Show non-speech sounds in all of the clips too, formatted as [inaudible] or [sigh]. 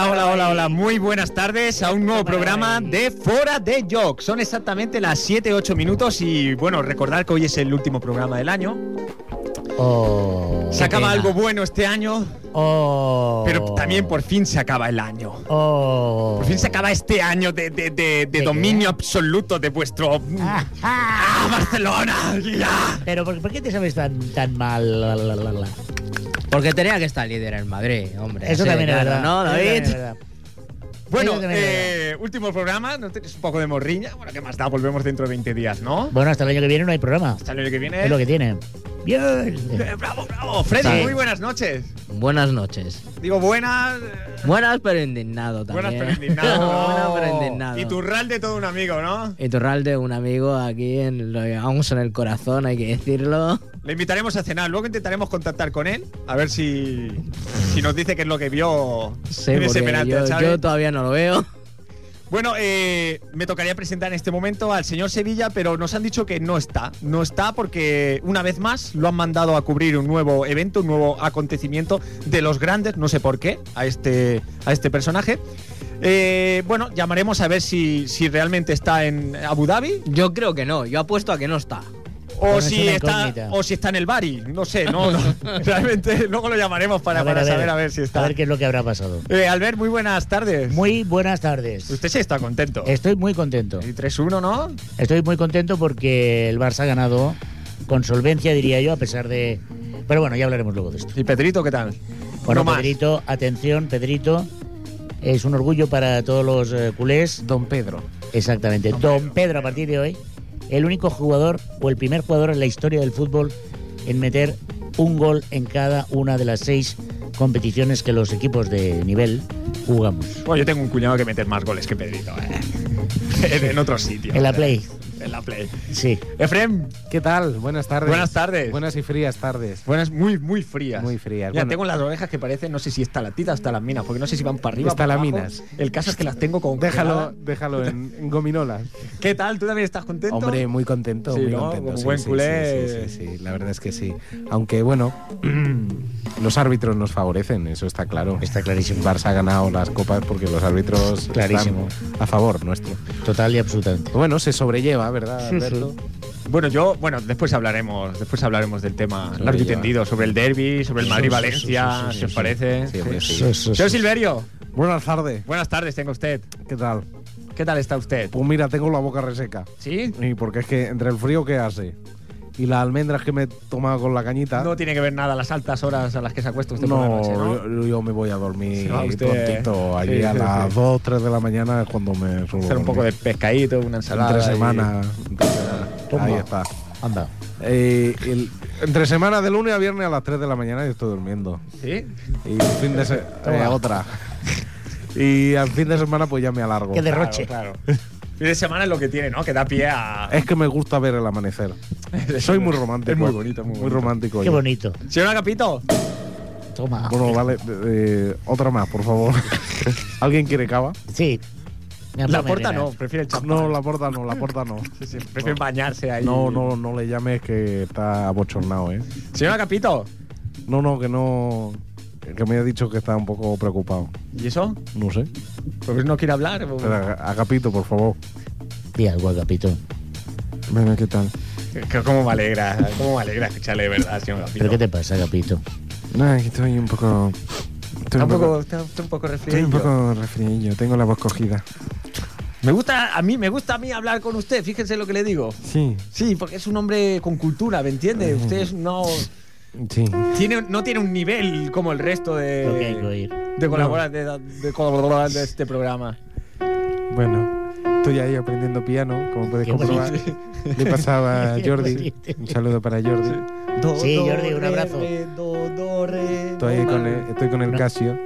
Hola, muy buenas tardes a un nuevo programa de Fora de Jock. Son exactamente las 7, 8 minutos y bueno, recordar que hoy es el último programa del año. Oh, Se acaba pena. algo bueno este año, oh, pero también por fin se acaba el año. oh. Por fin se acaba este año de, de- de- de qué? dominio absoluto de vuestro... ¡Ah, Barcelona! ¡Ya! Pero ¿por, por qué te sabes tan, tan mal? La, la, la, la? Porque tenía que estar líder en Madrid, hombre. Eso así de también es claro, verdad. ¿No, Eso también es David? verdad. Bueno, Eso también es verdad. eh, último programa, ¿no tenéis un poco de morriña? Bueno, ¿qué más da? Volvemos dentro de 20 días, ¿no? Bueno, hasta el año que viene no hay programa. Hasta el año que viene. Es lo que tiene. Bien. Eh, ¡Bravo, bravo! Freddy, Sí. muy buenas noches. Buenas noches. Digo, buenas... eh, Buenas pero indignado Buenas también. ¿eh? pero indignado. [laughs] Buenas pero indignado. Y tu ral de todo un amigo, ¿no? Iturralde, un amigo aquí, en, lo llevamos en el corazón, hay que decirlo. Le invitaremos a cenar, luego intentaremos contactar con él, a ver si, si nos dice qué es lo que vio Sí, en ese porque penalti, yo, ¿sabes? yo todavía no lo veo. Bueno, eh, me tocaría presentar en este momento al señor Sevilla, pero nos han dicho que no está. No está porque, una vez más, lo han mandado a cubrir un nuevo evento, un nuevo acontecimiento de los grandes, no sé por qué, a este, a este personaje. Eh, bueno, llamaremos a ver si, si realmente está en Abu Dhabi Yo creo que no, yo apuesto a que no está. o Bueno, es si, una está, incógnita. o si está en el Bari. No [laughs] sé, no, no. [laughs] realmente luego lo llamaremos para, para saber a ver si está. A ver qué es lo que habrá pasado. Eh, Albert, muy buenas tardes. Muy buenas tardes. Usted sí está contento. Estoy muy contento. Y 3-1, ¿no? Estoy muy contento porque el Barça ha ganado con solvencia, diría yo, a pesar de... Pero bueno, ya hablaremos luego de esto. ¿Y Pedrito qué tal? Bueno, No más. Pedrito, atención, Pedrito. Es un orgullo para todos los eh, culés. Don Pedro. Exactamente. Don, Pedro, a partir de hoy, el único jugador o el primer jugador en la historia del fútbol en meter un gol en cada una de las seis competiciones que los equipos de nivel jugamos. Bueno, Pues yo tengo un cuñado que meter más goles que Pedrito, eh. [laughs] en otro sitio. En la Play, En la Play. sí. Efrem, ¿Qué tal? Buenas tardes. Buenas tardes. Buenas y frías tardes. buenas, muy, muy frías. Muy frías, Ya bueno. tengo las orejas que parecen, no sé si estalactitas o estalaminas, porque no sé si van para arriba. para abajo. Estalaminas. El caso es que las tengo con. Déjalo, déjalo en, en gominolas. ¿Qué tal? ¿Tú también estás contento? Hombre, muy contento, Sí, muy ¿no? contento. Como sí, buen sí, culé. Sí, sí, sí, sí, la verdad es que sí. Aunque bueno, [clears throat] los árbitros nos favorecen, eso está claro. Está clarísimo. Barça ha ganado las copas porque los árbitros Clarísimo. están a favor nuestro. Total y absolutamente. Bueno, se sobrelleva, ¿verdad, Sí, Alberto? Bueno, yo, bueno, después hablaremos, después hablaremos del tema Sobre largo y ello. tendido, sobre el derby, sobre el Sí, Madrid sí, Valencia, sí, sí, sí, si os sí. parece. Sí, hombre, sí. Señor Silverio, Buenas tardes. buenas tardes, tengo usted. ¿Qué tal? ¿Qué tal está usted? Pues mira, tengo la boca reseca. ¿Sí? Y porque es que entre el frío que hace y las almendras que me he tomado con la cañita. No tiene que ver nada las altas horas a las que se acuesta usted por la No, noche, ¿no? Yo, yo me voy a dormir Se va Ah, usted. prontito. Allí Sí, a sí, las sí. 2, 3 de la mañana es cuando me suelo Hacer un poco de dormir. pescadito, una ensalada. Entre y- semana. entre semana. Toma. Ahí está. Anda. Eh, el- entre semana de lunes a viernes a las 3 de la mañana yo estoy durmiendo. ¿Sí? Y fin de se- Toma. eh, otra. Y al fin de semana pues ya me alargo. Qué derroche. Claro, claro. Fin de semana es lo que tiene, ¿no? Que da pie a. [laughs] Es que me gusta ver el amanecer. Eh, Soy muy romántico. Es muy bonito, muy bonito. romántico. Qué yo. bonito. Señor Agapito, Toma. Bueno, vale. eh, otra más, por [laughs] favor. ¿Alguien quiere cava? Sí. la puerta no, prefiere el champán. No, la porta no, la porta no. Sí, sí, prefiere bañarse ahí. No, no, no le llames que está abochornado, ¿eh? Señor Agapito, No, no, que no. Que me ha dicho que está un poco preocupado. ¿y eso? No sé. ¿Pues no quiere hablar? o- Pero, Agapito, por favor. Di algo, Agapito. Venga, ¿qué tal? Que- Cómo me alegra, cómo me alegra escucharle de verdad, señor Agapito. ¿Pero qué te pasa, Agapito? Nada, que estoy un poco. Estoy Está un poco, está, está un poco resfriado. resfriadillo, tengo la voz cogida. Me gusta a mí, me gusta a mí hablar con usted, fíjese lo que le digo. Sí, Sí, porque es un hombre con cultura, ¿me entiende? Usted es- no sí. tiene, no tiene un nivel como el resto de Lo que hay que oír. de colaboradores de, de colaboradores de este programa. Bueno, estoy ahí aprendiendo piano, como puedes Qué bonito. comprobar. Le pasaba a [laughs] Qué Jordi. bonito. Un saludo para Jordi. Do, Sí, Jordi, un re, abrazo. re, do, do, re, Estoy, ahí do, con ma. el, estoy con el No. Casio.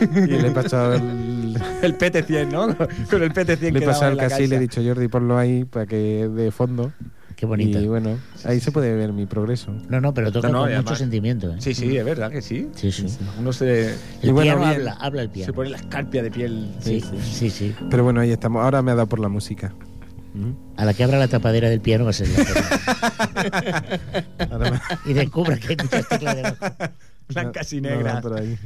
Y le he pasado el, el PT100, ¿no? [laughs] Con el PT100 Le he que daba pasado en el la casi y le he caixa. dicho Jordi, ponlo ahí para que de fondo. Qué bonito. Y bueno, ahí se puede ver mi progreso. No, no, pero toca No, no, con y mucho además- sentimiento. ¿eh? Sí, sí, es verdad que sí. Sí, sí. Uno se, El Y bueno, piano bien. habla, habla el se piano. pone la escarpia de piel. Sí, sí, sí. Pero bueno, ahí estamos. Ahora me ha dado por la música. A la que abra la tapadera del piano va a ser la Ahora me- [laughs] Y descubra que hay muchas teclas de Blancas y [laughs] No, no, negras. por ahí.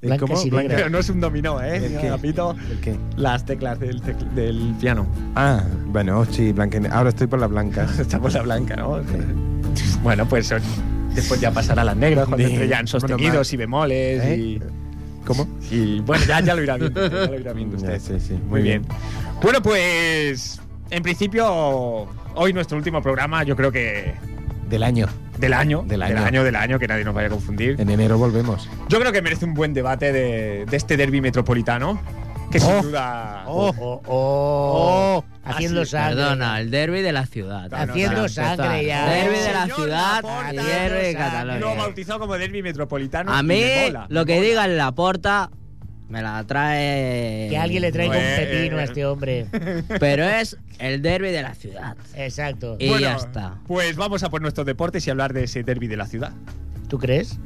¿El Blancas cómo? y Blanca- negras. Pero no es un dominó, ¿El ¿eh? qué? Capito. ¿El qué? Las teclas del, tec- del piano. Ah, bueno, sí, blanca y ne- Ahora estoy por las blancas. Está por la blanca, ¿no? bueno, pues son- después ya pasará a las negras cuando Bien. entre ya en Bueno, sostenidos ma- y bemoles ¿Eh? y, [laughs] ¿Cómo? y, bueno, ya, ya lo irá viendo, ya lo irá viendo Ya, usted. sí, sí, muy Muy bien. bien. Bueno, pues en principio hoy nuestro último programa, yo creo que Del año. del año, Del año. del año, Eh. del año, que nadie nos vaya a confundir. En enero volvemos. Yo creo que merece un buen debate de, de este derby metropolitano, que sin Oh. duda... Oh, oh, oh. Oh. haciendo Así, sangre. Perdona, el derby de la ciudad. Claro, Haciendo claro. sangre ya. ¿eh? Derby de la Señor ciudad Laporta, y derby de haciendo Cataluña. Lo bautizó como derby metropolitano. A y mí, me mola. lo que diga en la porta, me la trae. Que alguien le traiga un Eh, pepino a eh. este hombre. Pero es el derby de la ciudad. Exacto. Y ya está. Pues vamos a por nuestros deportes y hablar de ese derby de la ciudad. ¿Tú crees?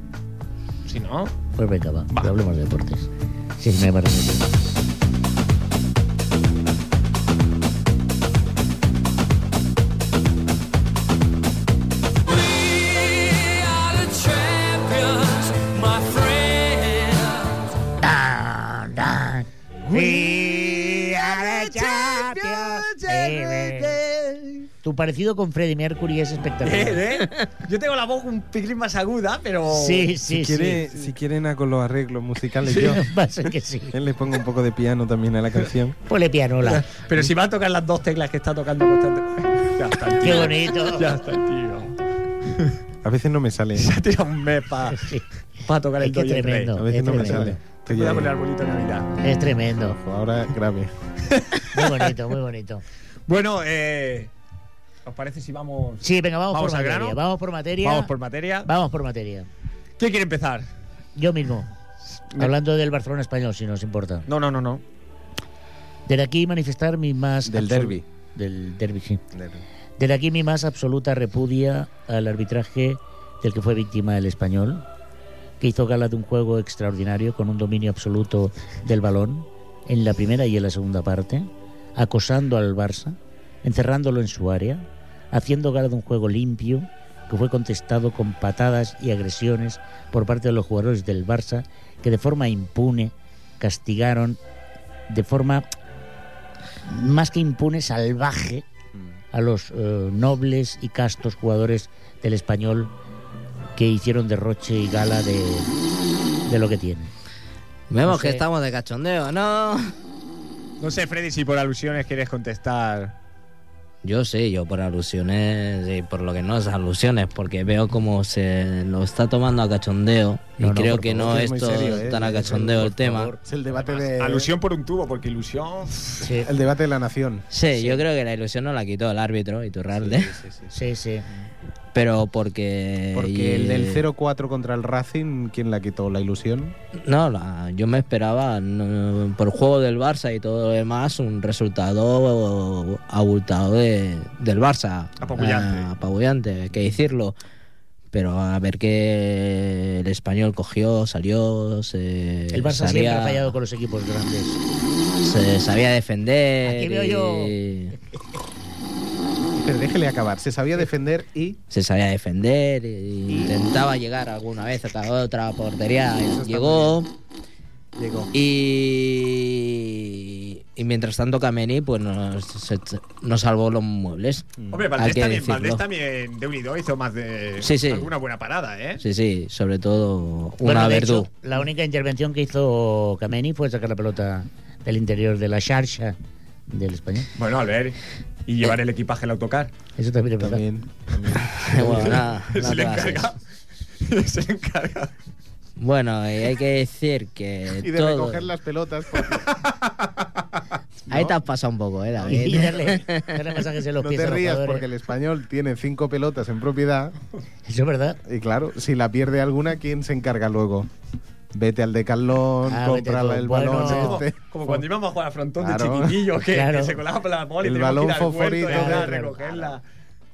Si no. Pues venga, va. Va. Hablemos de deportes. Sí, me parece bien. Down, down. We are the champions, baby. Tu parecido con Freddie Mercury es espectacular. Eh, eh. [laughs] Yo tengo la voz un piquín más aguda, pero. Sí, sí, si, quiere- sí. [laughs] si quieren hago los arreglos musicales Sí, yo. pasa que sí. Él le pongo un poco de piano también a la canción. Ponle pianola. Pero si va a tocar las dos teclas que está tocando constantemente. Ya está el tío. Qué bonito. Ya está el tío. A veces no me [laughs] sale. Se ha tirado un mes [laughs] para Sí, tocar el Es que do y el re. tremendo. A veces Es no me tremendo. sale. Te Estoy voy a ahí. poner arbolito de Navidad. es tremendo. Ahora grave. Muy bonito, muy bonito. Bueno, eh. ¿Os parece si vamos. Sí, venga, vamos, ¿Vamos por al materia. grano? Vamos por materia. Vamos por materia. Vamos por materia. ¿Quién quiere empezar? Yo mismo. Hablando del Barcelona español, si nos importa. No, no, no, no. Desde aquí manifestar mi más. Del absolu- derbi. Del derbi, sí. Desde aquí mi más absoluta repudia al arbitraje del que fue víctima el español, que hizo gala de un juego extraordinario con un dominio absoluto del balón en la primera y en la segunda parte, acosando al Barça, encerrándolo en su área, haciendo gala de un juego limpio que fue contestado con patadas y agresiones por parte de los jugadores del Barça, que de forma impune castigaron de forma más que impune, salvaje a los eh, nobles y castos jugadores del español que hicieron derroche y gala de, de lo que tiene. Vemos No sé. que estamos de cachondeo, ¿no? No sé, Freddy, si por alusiones quieres contestar. Yo sí, yo por alusiones y por lo que no es alusiones, porque veo como se lo está tomando a cachondeo No, y no, creo por que favor, no que es es muy todo serio, ¿eh? tan a cachondeo el tema. Es el debate de. Alusión por un tubo, porque ilusión. Sí, El debate de la nación. Sí, yo creo que la ilusión no la quitó el árbitro y sí, Eh, sí. pero porque... Porque el del 0-4 contra el Racing, ¿quién la quitó? ¿La ilusión? No, la- yo me esperaba no, por juego del Barça y todo lo demás un resultado abultado de- del Barça. Apabullante. Ah, apabullante, hay que decirlo. Pero a ver que el español cogió, salió, se El Barça sabía, siempre ha fallado con los equipos grandes. se sabía defender. Aquí veo yo. y Pero déjele acabar. Se sabía defender y. Se sabía defender, y intentaba llegar alguna vez a otra portería, Eso está llegó. Llegó. Y, y mientras tanto Kameni pues nos, se- nos salvó los muebles. Mm. Hombre, Hay Valdés que también, decirlo. Valdés también de unido hizo más de Sí, sí. alguna buena parada, ¿eh? Sí, sí, sobre todo Bueno, una de verdú. hecho, la única intervención que hizo Kameni fue sacar la pelota del interior de la charcha del español. Bueno, al ver. Y Eh. llevar el equipaje al autocar. Eso también es verdad. También. también. [laughs] bueno, nada, [laughs] nada se le que hacer. encarga. [laughs] se le encarga. Bueno, y hay que decir que [laughs] Y de todo- recoger las pelotas. Ahí te has pasado un poco, eh, David. [laughs] Y darle, darle masajes en los [laughs] No pies te a los rías jugadores. porque el español tiene cinco pelotas en propiedad. Eso es verdad. Y claro, si la pierde alguna, ¿quién se encarga luego? Vete al decalón, Ah, vete compra tú. el Bueno, balón. sí, Como, este. como cuando íbamos a jugar a frontón Claro. de chiquitillos, que, Claro. que se colaba por la bola y El teníamos que ir balón al huerto fosforito, y tal, claro, recogerla.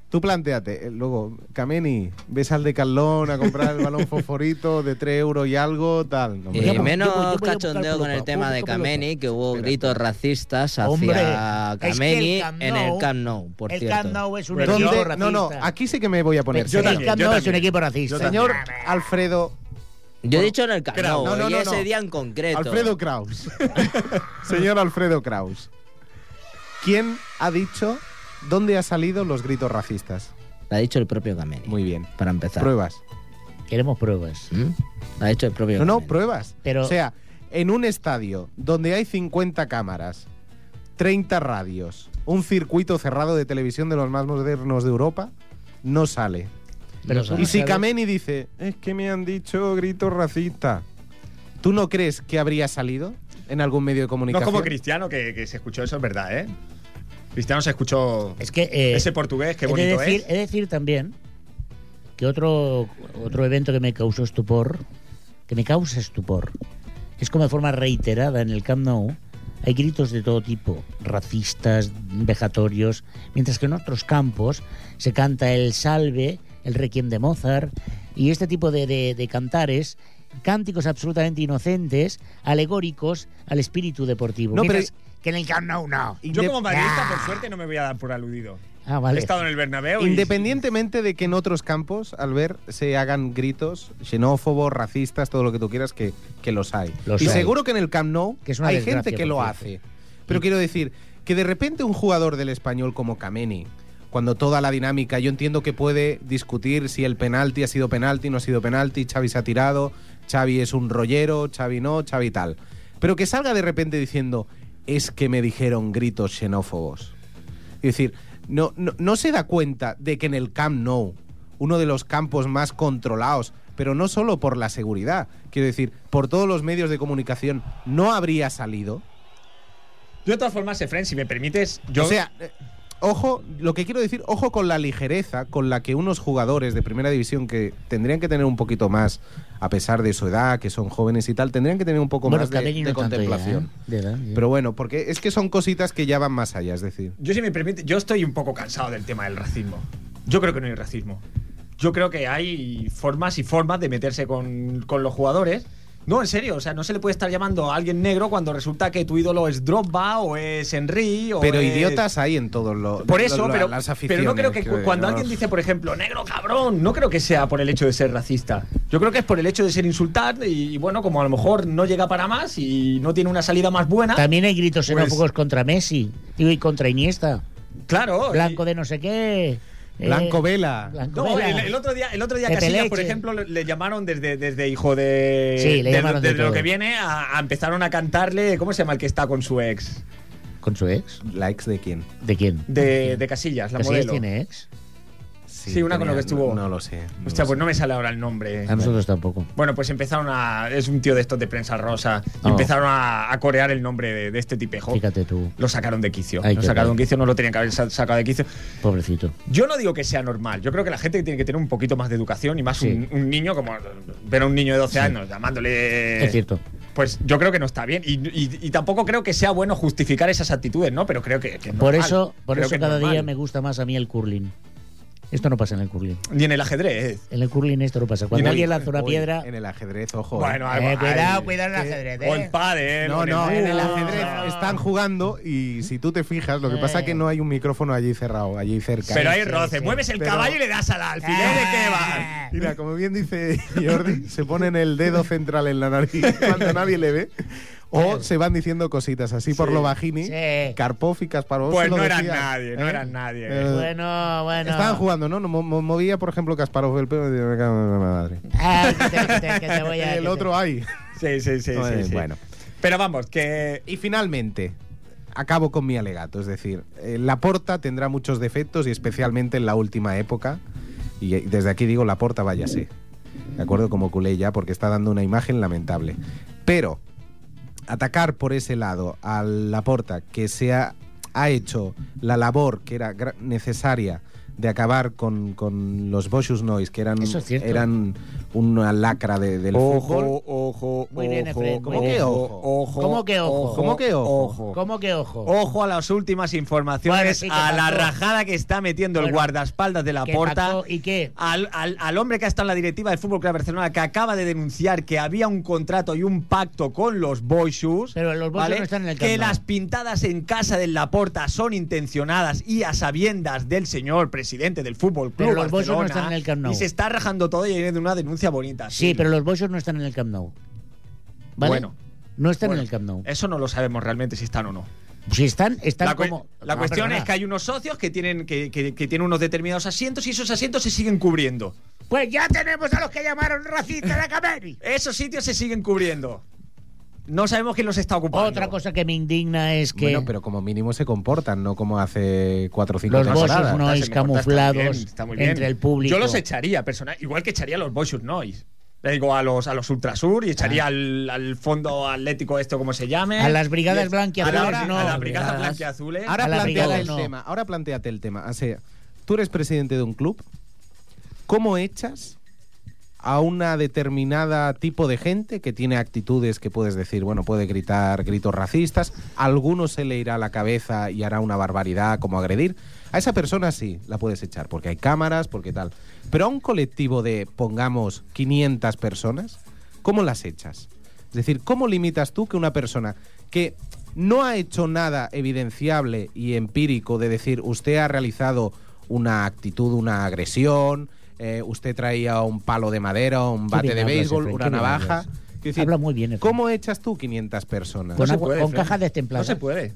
Tú planteate, eh, luego, Kameni, ves al decalón a comprar el balón fosforito de 3 euros y algo, tal. No, Eh, hombre, no. me- menos yo voy a buscar cachondeo con el pelota, tema voy a de buscar Kameni, pelota. que hubo gritos racistas hacia Hombre, es que Kameni el Camp en el Nou- Camp Nou, por el cierto. Camp Nou es un ¿Dónde? equipo ¿Dónde? racista. No, no, aquí sí que me voy a poner El Yo serio. también, Camp yo Nou es un también. equipo racista. Yo Señor Alfredo Yo he dicho en el canal, Kraus. No, no, y no, ese no. día en concreto. Alfredo Kraus. [laughs] Señor Alfredo Kraus. ¿Quién ha dicho dónde ha salido los gritos racistas? Lo ha dicho el propio Kameni. Muy bien. Para empezar. Pruebas. Queremos pruebas. ¿Mm? Lo ha dicho el propio No, no, Kameni. pruebas. Pero- O sea, en un estadio donde hay 50 cámaras, 30 radios, un circuito cerrado de televisión de los más modernos de Europa, no sale. Pero No Y ¿cómo si sabes? Kameni dice, es que me han dicho grito racista, ¿tú no crees que habría salido en algún medio de No comunicación? como Cristiano, que, que se escuchó eso, es verdad, ¿eh? Cristiano se escuchó Es que. eh, ese portugués, qué he de bonito decir, es. he de decir también que otro, otro evento que me causó estupor, que me causa estupor, es como de forma reiterada en el Camp Nou hay gritos de todo tipo, racistas, vejatorios, mientras que en otros campos se canta el salve, el requiem de Mozart y este tipo de, de- de cantares, cánticos absolutamente inocentes, alegóricos al espíritu deportivo. No, pero- Mientras que en el Camp Nou no. Yo como madridista, Ah. por suerte, no me voy a dar por aludido. Ah, vale. He estado en el Bernabéu y- Independientemente de que en otros campos, al ver, se hagan gritos xenófobos, racistas, todo lo que tú quieras, que, que los hay. Los y hay. seguro que en el Camp Nou Que es una hay desgracia, gente por que lo cierto. hace. Pero quiero decir, que de repente un jugador del español como Kameni, cuando toda la dinámica, yo entiendo que puede discutir si el penalti ha sido penalti, no ha sido penalti, Xavi se ha tirado, Xavi es un rollero, Xavi no, Xavi tal. Pero que salga de repente diciendo, es que me dijeron gritos xenófobos. Es decir, no, no, no se da cuenta de que en el Camp Nou, uno de los campos más controlados, pero no solo por la seguridad, quiero decir, por todos los medios de comunicación, no habría salido. Yo, de todas formas, Efren, si me permites, yo... O sea, eh, ojo, lo que quiero decir, ojo con la ligereza con la que unos jugadores de primera división que tendrían que tener un poquito más, a pesar de su edad, que son jóvenes y tal, tendrían que tener un poco más de, Cabelli de no tanto ya, contemplación. ¿eh? De edad, ya. Pero bueno, porque es que son cositas que ya van más allá, es decir. Yo, si me permite, yo estoy un poco cansado del tema del racismo. Yo creo que no hay racismo. Yo creo que hay formas y formas de meterse con, con los jugadores. No, en serio, o sea, no se le puede estar llamando a alguien negro cuando resulta que tu ídolo es Drogba o es Henry o Pero es- idiotas hay en todos los. Por eso, la- pero, las pero no creo que aficiones, quiero cu- decir, cuando no. alguien dice, por ejemplo, negro cabrón, no creo que sea por el hecho de ser racista. Yo creo que es por el hecho de ser insultar y, bueno, como a lo mejor no llega para más y no tiene una salida más buena. También hay gritos Pues- xenófobos contra Messi digo, y contra Iniesta. claro. y- Blanco de no sé qué. eh, Blanco Vela. Blanco No, Vela. el, el otro día, el otro día Pepe Casillas, Leche. por ejemplo, le, le llamaron desde, desde hijo de. Sí, le de- llamaron de desde lo todo. que viene a, a- empezaron a cantarle. ¿Cómo se llama el que está con su ex? ¿Con su ex? ¿Likes de quién? ¿De quién? De, de Casillas, la ¿Casillas modelo. tiene ex? Sí, una con lo que estuvo. No, no lo sé. no Hostia, lo pues sé. no me sale ahora el nombre. A nosotros tampoco. Bueno, pues empezaron a. Es un tío de estos de prensa rosa. Y Oh. empezaron a, a corear el nombre de, de este tipejo. Fíjate tú, Lo sacaron de quicio. Ay, lo qué sacaron mal. de quicio, no lo tenían que haber sa- sacado de quicio. pobrecito. Yo no digo que sea normal. Yo creo que la gente tiene que tener un poquito más de educación y más Sí. un, un niño como. Ver a un niño de 12 años llamándole. es cierto. Pues yo creo que no está bien. Y, y- y tampoco creo que sea bueno justificar esas actitudes, ¿no? Pero creo que. que es Por normal. eso, por Creo eso que es cada día normal. me gusta más a mí el curling. Esto no pasa en el curling. Ni en el ajedrez. En el curling esto no pasa. Cuando en el- alguien lanza una Uy, piedra... En el ajedrez, ojo. Bueno, eh. algo- Eh, cuidado, ay, cuidado en el ajedrez, O en eh. pádel. o No, no, en fútbol. el Ah. Uh. ajedrez están jugando y si tú te fijas, lo que pasa Eh. es que no hay un micrófono allí cerrado, allí cerca. Pero hay Sí, roce. sí. Eh. Mueves el Pero- caballo y le das al alfiler de qué va. Mira, como bien dice Jordi, se ponen el dedo central en [laughs] la nariz cuando nadie le ve. O se van diciendo cositas así por lo bajini. Eh. Sí. Karpov y Kasparov. Pues se lo no eran decían, nadie, no ¿eh? eran nadie. Eh, Bueno, bueno. Estaban jugando, ¿no? No, mo- mo- Movía, por ejemplo, Kasparov el pelo y decía, "Me cago en la madre. Ay, que te, que te- que te voy [laughs] a... que El te- otro ahí. Sí, sí, [laughs] sí, sí, Eh, sí. Bueno. Pero vamos, que. Y finalmente, acabo con mi alegato. Es decir, eh, Laporta tendrá muchos defectos y especialmente en la última época. Y eh, desde aquí digo, Laporta váyase. ¿De acuerdo? Como culé ya, porque está dando una imagen lamentable. Pero atacar por ese lado a Laporta, que se ha, ha hecho la labor que era gra- necesaria de acabar con, con los Boschus Noise, que eran, Eso es cierto. eran una lacra de- del fútbol. Ojo, ojo, Muy bien, ojo, Efraín, muy ojo, bien. ojo, ¿Cómo que ojo? ¿Cómo que ojo? ¿Cómo que ojo? Ojo a las últimas informaciones, Bueno, sí, que a la pasó. rajada que está metiendo el Bueno, guardaespaldas de la ¿Qué porta. pactó ¿Y qué? Al, al- al hombre que ha estado en la directiva del Fútbol Club Barcelona que acaba de denunciar que había un contrato y un pacto con los Boixus. Pero los Boixus no están en el Camp Que Nou. las pintadas en casa del Laporta son intencionadas y a sabiendas del señor presidente del fútbol club Pero los Boschos no Barcelona, están en el Camp Nou. y se está rajando todo y viene de una denuncia bonita. Sí, pero los Boschos no están en el Camp Nou. ¿Vale? Bueno. No están Bueno, en el Camp Nou. Eso no lo sabemos realmente si están o no. Si están, están La, cue- como. la No, cuestión perdona. es que hay unos socios que tienen, que, que- que tienen unos determinados asientos y esos asientos se siguen cubriendo. Pues ya tenemos a los que llamaron racista de [laughs] Cameri. Esos sitios se siguen cubriendo. No sabemos quién los está ocupando. Otra cosa que me indigna es que Bueno, pero como mínimo se comportan, no como hace cuatro o cinco Los Boschos temporadas. no- nois Está bien, está camuflados bien, está muy bien. entre el público. Yo los echaría, personal, igual que echaría a los Boschus Noise. Le digo a los, a los Ultrasur y echaría al, al fondo atlético, esto como se llame. Ah. a las Y- brigadas blanquiazules a la, no. a la brigada Brigadas. blanquiazules. Ahora A la planteada brigada el no. tema. Ahora planteate el tema. O sea, tú eres presidente de un club. ¿Cómo echas a una determinada tipo de gente que tiene actitudes que puedes decir, bueno, puede gritar gritos racistas, a alguno se le irá a la cabeza y hará una barbaridad como agredir? A esa persona sí la puedes echar, porque hay cámaras, porque tal. Pero a un colectivo de, pongamos, 500 personas, ¿cómo las echas? Es decir, ¿cómo limitas tú que una persona que no ha hecho nada evidenciable y empírico de decir usted ha realizado una actitud, una agresión, eh, usted traía un palo de madera, un Qué bate bien de hablas, béisbol, Efraín, una qué bien navaja? hablas. Quiero decir, Habla muy bien, Efraín. ¿Cómo echas tú 500 personas? Con se agua- con Fran. cajas destempladas. No se puede.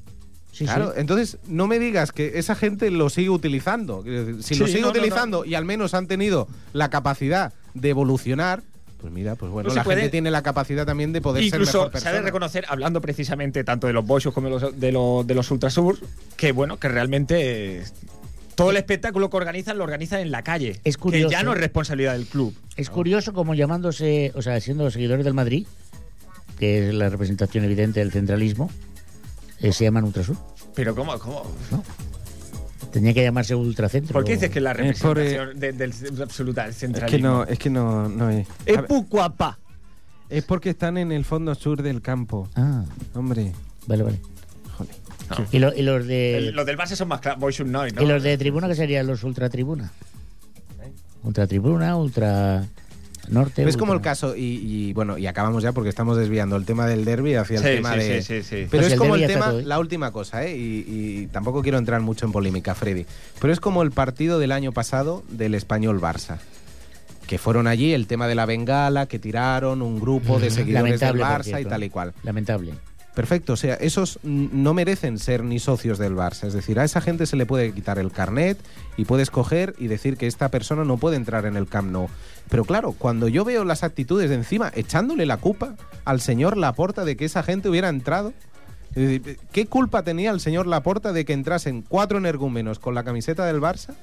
Sí, sí. Claro, entonces no me digas que esa gente lo sigue utilizando. Quiero decir, Si lo Sí, sigue no, no, utilizando y al menos han tenido la capacidad de evolucionar, pues mira, pues bueno, No se la puede. gente tiene la capacidad también de poder ser Incluso mejor persona. sabe reconocer, hablando precisamente tanto de los Boschus como de los, de los, de los Ultrasur, que bueno, que realmente eh, todo el espectáculo que organizan lo organizan en la calle. Es Que ya curioso. no es responsabilidad del club. Es curioso como llamándose, o sea, siendo los seguidores del Madrid, que es la representación evidente del centralismo, eh, se llaman Ultrasur. Pero ¿cómo? cómo? Tenía que llamarse Ultracentro. ¿Por qué dices que la Es por, eh, representación de- del del absoluta del Es centralismo? que no, es que no, no es. Es A ver, Pucuapá. es porque están en el fondo sur del campo. Ah, Hombre, vale, vale. joder. ¿Y, lo- y los El- de Los del Barça son más claros. Boys Noise, ¿no? y los de tribuna que serían los Ultratribuna? ¿Eh? Ultratribuna, Ultra Norte. Es como el Ultra- caso, y, y, bueno, y acabamos ya porque estamos desviando el tema del derby hacia el Sí, tema sí, de. sí, sí, sí. Pero Pues es el como derbi el ya está tema, todo, ¿eh? la última cosa, ¿eh? Y, y tampoco quiero entrar mucho en polémica, Freddy. Pero es como el partido del año pasado del español Barça. Que fueron allí el tema de la bengala, que tiraron un grupo de seguidores del Lamentable, por Barça y cierto. tal y cual. Lamentable. Perfecto, o sea, esos mm, no merecen ser ni socios del Barça. Es decir, a esa gente se le puede quitar el carnet y puedes coger y decir que esta persona no puede entrar en el Camp Nou. Pero claro, cuando yo veo las actitudes de encima echándole la culpa al señor Laporta de que esa gente hubiera entrado, eh, ¿qué culpa tenía el señor Laporta de que entrasen cuatro energúmenos con la camiseta del Barça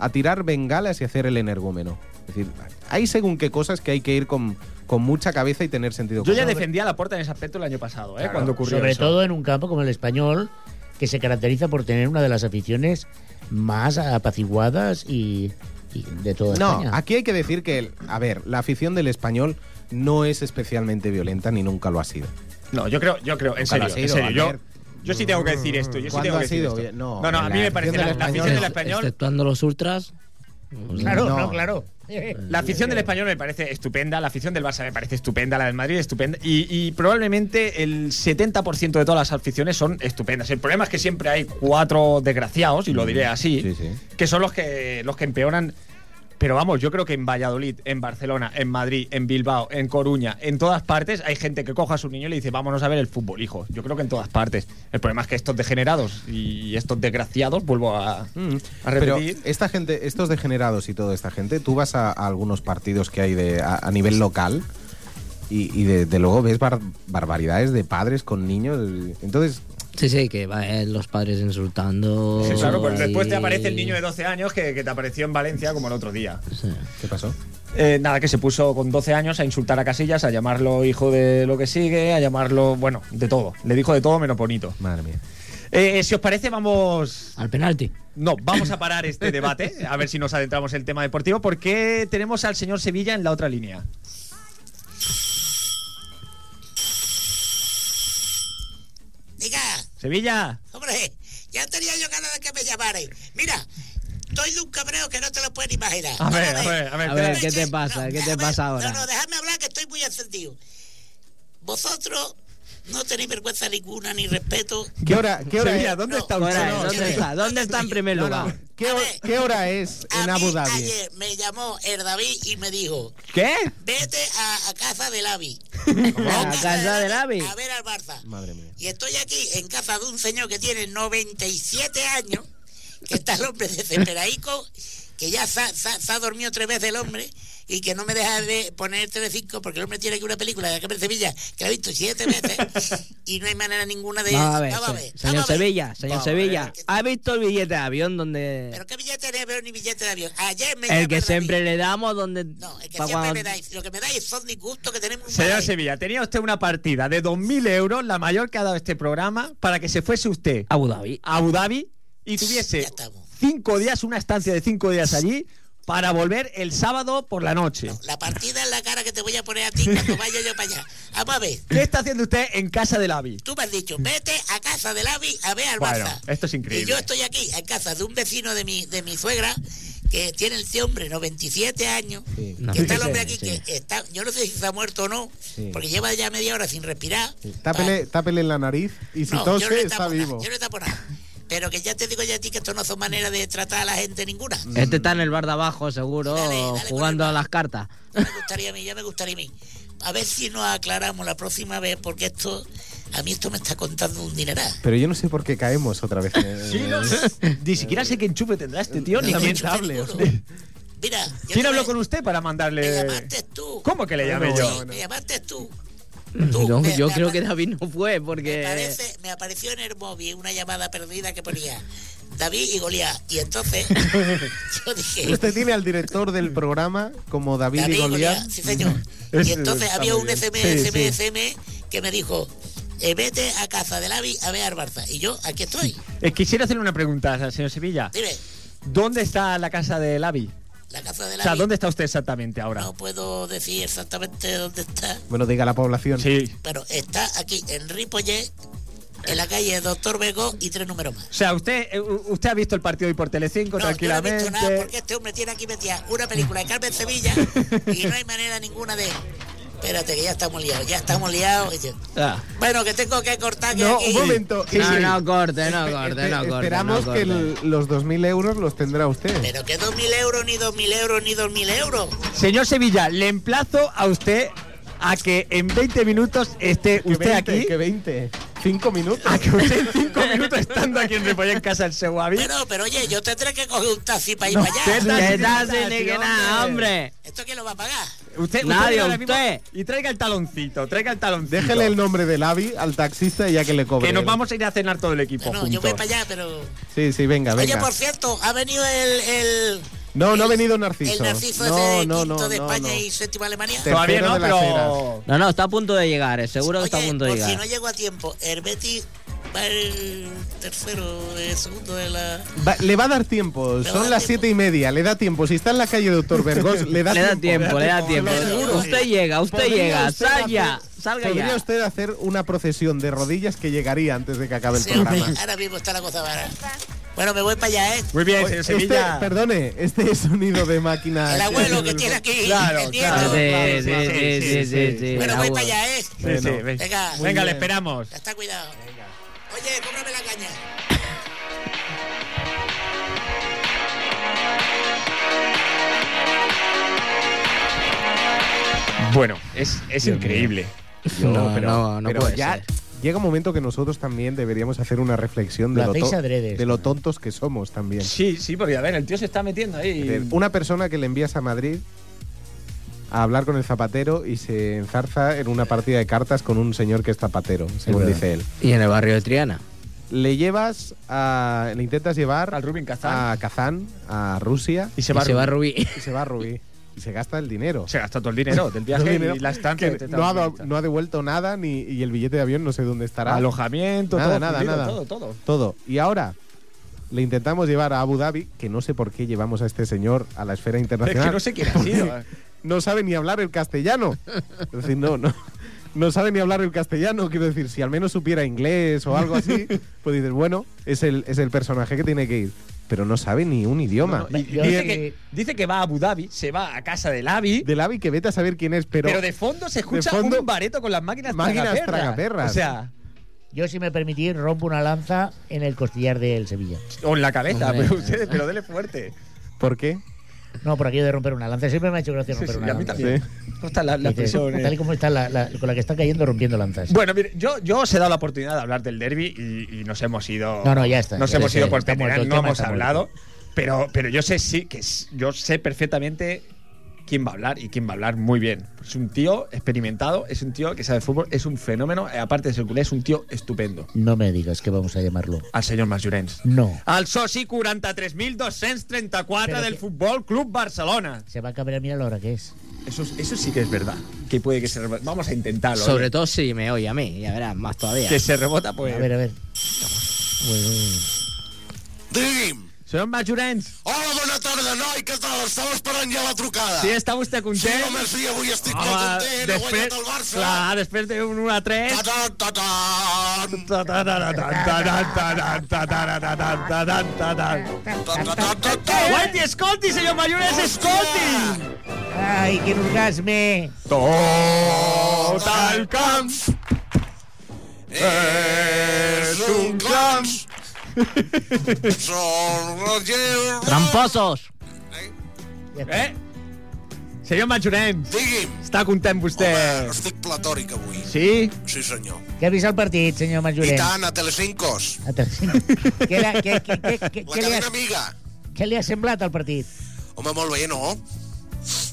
a tirar bengalas y hacer el energúmeno? Es decir, hay según qué cosas que hay que ir con, con mucha cabeza y tener sentido Yo ya común. defendía la puerta en ese aspecto el año pasado, ¿eh? Claro. cuando ocurrió Sobre eso. todo en un campo como el español, que se caracteriza por tener una de las aficiones más apaciguadas y, y de toda No, España. aquí hay que decir que, el- a ver, la afición del español no es especialmente violenta ni nunca lo ha sido. No, yo creo, yo creo, en Nunca lo serio, ha en sido, serio. Yo, Albert. yo sí tengo que decir esto. Yo sí ¿Cuándo tengo ha que decir sido? esto. No, no, a la mí me afición parece del la, la afición español- del español. Exceptuando los ultras. Pues, Claro, no, No. [laughs] claro. Eh, La afición del español me parece estupenda, la afición del Barça me parece estupenda, la del Madrid estupenda y, y probablemente el 70% de todas las aficiones son estupendas. El problema es que siempre hay cuatro desgraciados, y lo diré así, Mm. Sí, sí. que son los que, los que empeoran. Pero vamos, yo creo que en Valladolid, en Barcelona, en Madrid, en Bilbao, en Coruña, en todas partes hay gente que coja a su niño y le dice, vámonos a ver el fútbol, hijo. Yo creo que en todas partes. El problema es que estos degenerados y estos desgraciados, vuelvo a, a Pero repetir. esta gente, estos degenerados y toda esta gente, tú vas a, a algunos partidos que hay de, a, a nivel local y, y de, de luego ves bar- barbaridades de padres con niños. Entonces, Sí, sí, que va, eh, los padres insultando. Sí, claro, pues después te ahí. aparece el niño de 12 años que, que te apareció en Valencia como el otro día. Sí. ¿qué pasó? Eh, nada, que se puso con 12 años a insultar a Casillas, a llamarlo hijo de lo que sigue, a llamarlo, bueno, de todo. Le dijo de todo menos bonito. Madre mía. Eh, eh, si os parece, vamos... Al penalti. No, vamos a parar este debate, a ver si nos adentramos en el tema deportivo, porque tenemos al señor Sevilla en la otra línea. Diga, Sevilla, hombre, ya tenía yo ganas de que me llamaran. Mira, estoy de un cabreo que no te lo puedes ni imaginar. a ver, a Vamos ver, a ver. A ver, espera. ¿qué te No, pasa? ¿Qué te déjame- pasa No, no, ahora? déjame hablar que estoy muy encendido. Vosotros No tenéis vergüenza ninguna, ni respeto. ¿Qué hora, qué hora Sevilla, es? ¿dónde No, está no, usted? Ahora, no, ¿Dónde no, está? no, ¿Dónde está en primer No, no. lugar? ¿Qué, A ho- ver. qué hora es A en mí Abu Dhabi? ayer me llamó el David y me dijo, ¿Qué? vete a, a casa del Avi. ¿A casa del AVI? A ver al Barça. Madre mía. Y estoy aquí en casa de un señor que tiene 97 años, que está el hombre desesperadico, que ya se ha, se ha- se ha dormido tres veces el hombre y que no me deja de poner Telecinco porque el hombre tiene aquí una película de Carmen Sevilla que la he visto siete veces y no hay manera ninguna de... Vamos a ver, Vamos a se- ver, señor vamos a ver. Sevilla, señor Vamos a Sevilla, ver. ¿ha visto el billete de avión donde Pero qué billete de avión ni billete de avión. Ayer me el llamó que David. siempre le damos donde No, el que pa' siempre cuando- me dais. Lo que me dais son disgustos que tenemos. muy Señor mal. Sevilla, tenía usted una partida de 2.000 euros, la mayor que ha dado este programa, para que se fuese usted Abu Dhabi? a Abu Dhabi y Ya tuviese estamos. cinco días, una estancia de cinco días allí, para volver el sábado por la noche. La partida en la cara que te voy a poner a ti cuando vaya yo para allá. Vamos a ver. ¿Qué está haciendo usted en casa del AVI? Tú me has dicho, vete a casa del Avi a ver al Bueno, Barça. esto es increíble. Y yo estoy aquí, en casa de un vecino de mi, de mi suegra, que tiene este hombre 97 años. No, que está el sí, hombre sí, aquí sí. que está, yo no sé si está muerto o no, Sí. porque lleva ya media hora sin respirar. Tápele, tápele en la nariz y si No, yo no tose le eh, está tapo vivo. nada, yo no le tapo nada. Pero que ya te digo yo a ti que esto no son maneras de tratar a la gente ninguna. Este está en el bar de abajo, seguro, Dale, dale, corre, jugando a va. las cartas. me gustaría a mí, ya me gustaría a mí. A ver si nos aclaramos la próxima vez, porque esto, a mí esto me está contando un dineral. Pero yo no sé por qué caemos otra vez. en- Ni siquiera sé qué enchufe tendrá este tío, ni Yo quién. te juro. Mira, yo ¿Quién te habló voy- con usted para Me mandarle.? llamaste tú. ¿Cómo que le Sí, llamé yo? Me llamaste tú. Tú, Yo, me- yo me creo apa- que David no fue Me, porque parece- me apareció en el móvil una llamada perdida que ponía David y Goliat. [laughs] Y entonces yo dije. Usted tiene al director del programa como David, David y Goliat. Goliat, sí [laughs] señor. Ese y entonces está había muy un bien. SMS, Sí, sí. SMS que me dijo, eh, vete a casa del Avi a ver al Barça. Y yo, aquí estoy. Eh, quisiera hacerle una pregunta al señor Sevilla. Dime, ¿Dónde está la casa del AVI? la casa del O sea, Avi. ¿dónde está usted exactamente ahora? No puedo decir exactamente dónde está, Bueno, diga la población. Sí. pero está aquí en Ripollet, en la calle Doctor Bego y tres números más. O sea, usted, eh, u- usted ha visto el partido hoy por Telecinco No, yo no he visto nada porque tranquilamente. este hombre tiene aquí metida una película de Carmen Sevilla y no hay manera ninguna de. Espérate, que ya estamos liados, ya estamos liados. Ah. Bueno, que tengo que cortar. Que No, aquí- un momento. Sí, no, sí. no corte, no Espe- corte, no espe- corte. Esperamos no que corte. el- los 2.000 euros los tendrá usted. Pero que 2.000 euros, ni 2.000 euros, ni 2.000 euros. Ah. Señor Sevilla, le emplazo a usted a que en 20 minutos esté Que usted 20, aquí. Que 20. 5 minutos. A que usted en 5 minutos estando aquí en Ripollé en casa del seu avi. Pero, pero oye, yo tendré que coger un taxi para ir para allá. ¿qué tal? ¿Qué tal Sí, sin ni que nada, hombre? ¿Esto quién lo va a pagar? Usted, usted Nadie, venga ahora mismo usted. Y traiga el taloncito, traiga el taloncito. [laughs] Déjele el nombre del AVI al taxista y ya que le cobre. Que nos él. vamos a ir a cenar todo el equipo. No, yo juntos. voy para allá, pero. Sí, sí, venga, Oye, venga. por cierto, ha venido el. el No, no ha el- venido Narciso. El Narciso No, ese no, quinto no, de no, España no. y séptimo de Alemania. Te- Todavía Tercero no, de las pero. No, no, está a punto de llegar, eh, seguro que está a Oye, punto de por si no llegar. llego a tiempo, el Betty va el tercero, el segundo de la. Va- le va a dar tiempo, va a son dar las tiempo. siete y media, le da tiempo. Si está en la calle Doctor Vergós, le da Le da tiempo. tiempo, le da tiempo. Te lo juro. Usted llega, usted ¿Podría llega, usted salga, hacer- salga Podría ya. usted hacer una procesión de rodillas que llegaría antes de que acabe el Sí, hombre, programa. ahora mismo está la cosa vara. Bueno, me voy para allá, ¿eh? Muy bien, Oye, señor este- Sevilla. perdone, este sonido de máquina. El abuelo que tiene aquí, Claro, el nieto. claro, Ah, claro, Sí, sí, claro, sí, sí, sí, sí, sí, sí. Bueno, voy Agua. para allá, ¿eh? Sí, sí, Bueno. ven. Venga. venga, Muy le bien. esperamos. Ya está cuidado. Oye, cómprame la caña. Bueno, es, es [laughs] increíble. No, No, pero, no, no pero puede ya ser. llega un momento que nosotros también deberíamos hacer una reflexión Lo de lo, hacéis to- adrede. de lo tontos que somos también. Sí, sí, porque a ver, el tío se está metiendo ahí. Una persona que le envías a Madrid a hablar con el zapatero y se enzarza en una partida de cartas con un señor que es zapatero, según verdad. dice él. Y en el barrio de Triana. Le llevas a. Le intentas llevar Al Rubin Kazan. a Kazán, a Rusia, Y Y se va, se va Rubí. Ah, y se va a Rubí. Y se gasta el dinero. Se gasta todo el dinero del Todo [laughs] viaje el dinero y la estancia. que que te no, ha, dan. no ha devuelto nada ni, y el billete de avión no sé dónde estará. Alojamiento, Nada, todo, nada, fundido, nada. todo, todo. Todo. Y ahora le intentamos llevar a Abu Dhabi, que no sé por qué llevamos a este señor a la esfera Es que internacional. no sé quién ha [laughs] sido. No sabe ni hablar el castellano. Es decir, no, no. No sabe ni hablar el castellano. Quiero [laughs] decir, si al menos supiera inglés o algo así, pues dices, bueno, es el, es el personaje que tiene que ir. pero no sabe ni un idioma. No, no, y- Yo- dice, y- que, dice que va a Abu Dhabi, se va a casa del Abi, Del Avi que vete a saber quién es, pero, pero, de fondo se escucha fondo- un bareto con las máquinas, Máquinas tragaperras. tragaperras. O sea, Yo, si me permitís, rompo una lanza en el costillar del Sevilla. o en la cabeza, Hombre. pero ustedes, pero dele fuerte. ¿por qué? No, por aquello de romper una lanza. Siempre me ha hecho gracia Sí, romper sí, una y a mí lanza. también. ¿Cómo están las, las Dices, presiones? Tal y como está la- la- con la que está cayendo rompiendo lanzas. Bueno, mire, yo, yo os he dado la oportunidad de hablar del derby y, y nos hemos ido. No, no, ya está. Nos Ya hemos está, ido ya por está Pereira, muerto, el no tema hemos está hablado. muerto. Pero, pero yo sé sí que es- yo sé perfectamente quién va a hablar y quién va a hablar muy bien. Es un tío experimentado, es un tío que sabe fútbol, es un fenómeno. eh, Aparte de ser culé, es un tío estupendo. No me digas que vamos a llamarlo. Al señor Masjurens. No. Al soci 43.234 Pero del que- Fútbol Club Barcelona. Se va a cambiar, mira la hora que es. Eso, eso sí que es verdad. Que puede que se reba- Vamos a intentarlo. ¿eh? [laughs] Sobre todo si me oye a mí, ya verás, más todavía. que se rebota, pues. A ver, a ver. Bueno, Digui'm. Señor Masjurens, Hola, bona tarda, noi, què tal? Estava esperant ja la trucada. si está usted Ah, Sí, contento. home, sí, avui estic molt Home, content, he després, guanyat el Barça. clar, després té un 1 a 3. Ta-tan, ta-tan. Ta-tan, ta-tan. Guaiti, escolti, senyor Mayores, escolti! ¡Ay, qué orgasme! Tot el camp És [laughs] un clam. Són relleus. ¡Tramposos! Ya está. Eh? Senyor Majorens, Digui'm. està content vostè? Home, estic platòric avui. Sí? Sí, senyor. ¿Qué ha visto el partido, señor Ah, I Majorén? tant, a Telecincos. ¿Qué, le ha- qué- qué- qué- qué- La qué le ha, cadena amiga. què li ha semblat al partit? Home, molt bé, no?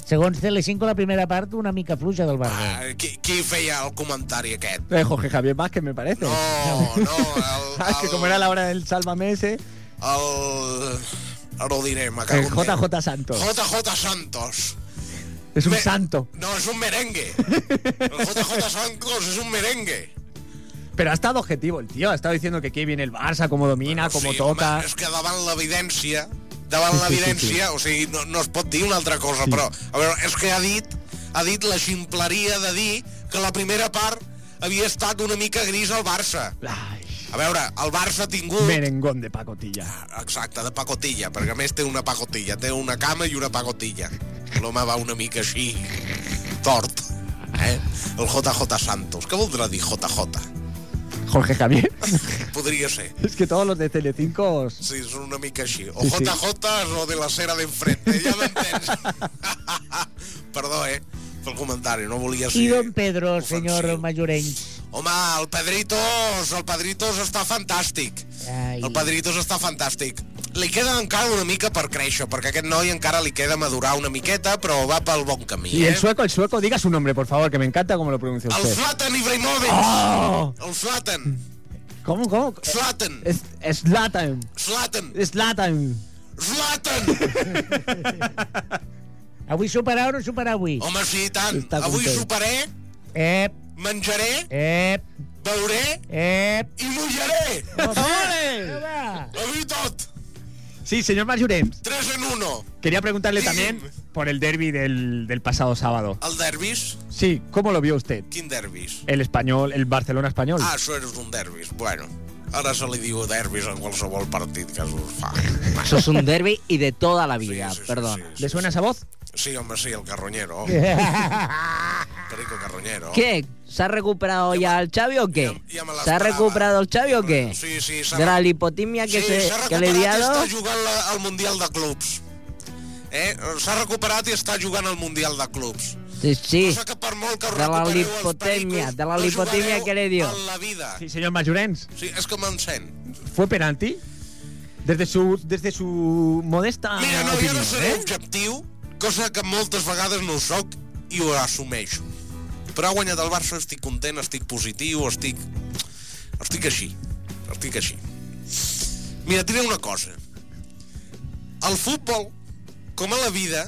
Segons Telecinco, la primera part, una mica fluja del Barça. Ah, qui, qui feia el comentari aquest? Eh, Jorge Javier Vázquez, me parece. No, no, el... [laughs] Ah, que como era la hora del Sálvame ese, El... Ara ho diré, me el cago en Déu. JJ Santos. JJ Santos. Es un Me- santo. No, es [laughs] un merengue. El JJ Santos es un merengue. Pero ha estado objetivo el tío, ha estado diciendo que qué bien el Barça, cómo domina, cómo o sigui, Ah, toca. Home, és que davant l'evidència, davant l'evidència, o sigui, no, no es pot dir una altra cosa, però, a veure, és que ha dit, ha dit la ximpleria de dir que la primera part havia estat una mica gris al Barça. Ai, A veure, el Barça ha tingut... merengón de pacotilla. Exacte, de pacotilla, perquè a més té una pacotilla, té una cama i una pacotilla. L'home va una mica així, tort. Eh? El JJ Santos. Què voldrà dir JJ? Jorge Javier. Podria ser. Es que todos los de Telecinco. Sí, és una mica així. O Sí, sí. JJ és o de la cera d'enfrente, ja m'entens. [laughs] Perdó, eh, pel comentari, no volia ser... Y don Pedro, ofensiu. señor Majorén. Home, el Pedritos, el Pedritos està fantàstic. Ai. El Pedritos està fantàstic. Li queda encara una mica per créixer, perquè aquest noi encara li queda madurar una miqueta, però va pel bon camí, Y el eh? sueco, el sueco, diga su nombre, por favor, que me encanta cómo lo pronuncia El usted. Zlatan Ibrahimovic! ¡Oh! El Zlatan! ¿Cómo, cómo? Zlatan! Es, es Zlatan. Zlatan! Es Zlatan. Zlatan! Avui superar o no superar avui? Home, sí, i tant. Està Avui content. soparé, Ep, menjaré, ep, beuré ep. i mullaré! ¡Ole! Va. Avui tot! Sí, señor Marjurem, 3 en 1. quería preguntarle también por el derby del, del pasado sábado. El derbis? Sí, ¿cómo lo vio usted? Quin derbis? El español, el Barcelona español. Ah, això és un derbis. Bueno, ara se li diu derbis en qualsevol partit que es [laughs] fa. Eso es un derby y de toda la vida, Sí, sí, sí, perdona. sí, sí. ¿Le suena esa voz? Sí, home, sí, [laughs] el carroñero. Perico carroñero. ¿Qué? ¿Se ha recuperado ya el Xavi o qué? Ya- ya me la ¿Se ha esperaba. recuperado el Xavi o qué? Sí, sí, s'ha De la lipotimia que, sí, se, s'ha que le recuperat he i està dado. jugant la, al Mundial de Clubs. Eh? S'ha recuperat i està jugant al Mundial de Clubs. Sí, sí. Cosa que per molt que us De la recupereu els lipotèmia, pericos, de la no lipotèmia jugareu que le dio. En la vida. Sí, señor Majorens. Sí, és que m'encén. ¿Fue penalti? Desde su, desde su modesta Mira, no, jo opinión, no seré ¿eh? objectiu, cosa que moltes vegades no ho soc i ho assumeixo. Però ha guanyat el Barça, estic content, estic positiu, estic... Estic així, estic així. Mira, et diré una cosa. El futbol, com a la vida,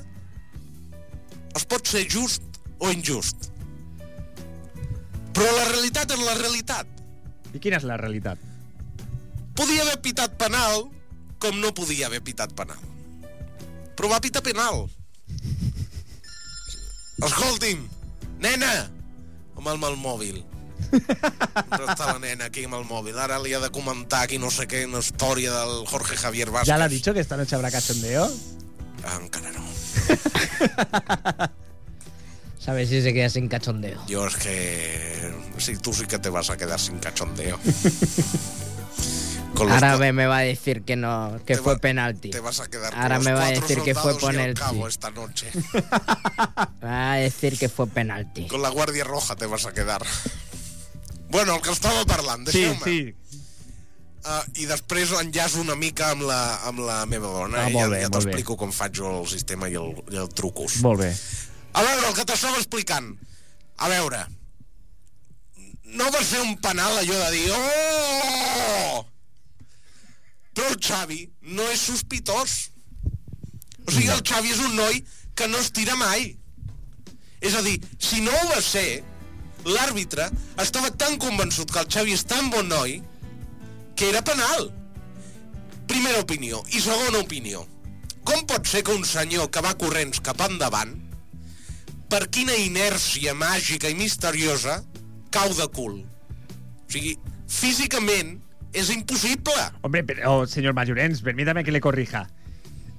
es pot ser just o injust. Però la realitat és la realitat. ¿Y quién es la realidad? Podia haver pitat penal com no podia haver pitat penal. Però va pitar penal. Escolti'm, nena, amb el mal mòbil. Però està la nena aquí amb el mòbil. Ara li ha de comentar aquí no sé què, una història del Jorge Javier Vázquez. ¿Ya lo ha dicho que esta noche habrá cachondeo? Ah, encara no. ¿Sabes si se queda sin cachondeo? Jo és que... Sí, tu sí que te vas a quedar sin cachondeo. Con los Ahora cua- me, me va a decir que no, que Te fue va- penalti. Te vas a quedar con Ahora los me va a cuatro decir que fue soldados y al penalti. cabo esta noche. Me va a decir que fue penalti. Con la Guàrdia Roja te vas a quedar. Bueno, el que estava parlant, Sí, deixeu-me. sí. Uh, I després enllaço una mica amb la, amb la meva dona. Ah, eh? molt ja bé, ja molt t'explico com faig jo el sistema i el, i el trucos. Molt bé. A veure, el que t'estava explicant. A veure, no va ser un penal allò de dir... Oh! Però el Xavi no és sospitós. O sigui, el Xavi és un noi que no es tira mai. És a dir, si no ho va ser, l'àrbitre estava tan convençut que el Xavi és tan bon noi que era penal. Primera opinió. I segona opinió. Com pot ser que un senyor que va corrents cap endavant per quina inèrcia màgica i misteriosa cau de cul. O sigui, físicament és impossible. Hombre, pero, oh, señor Mayurens, permítame que le corrija.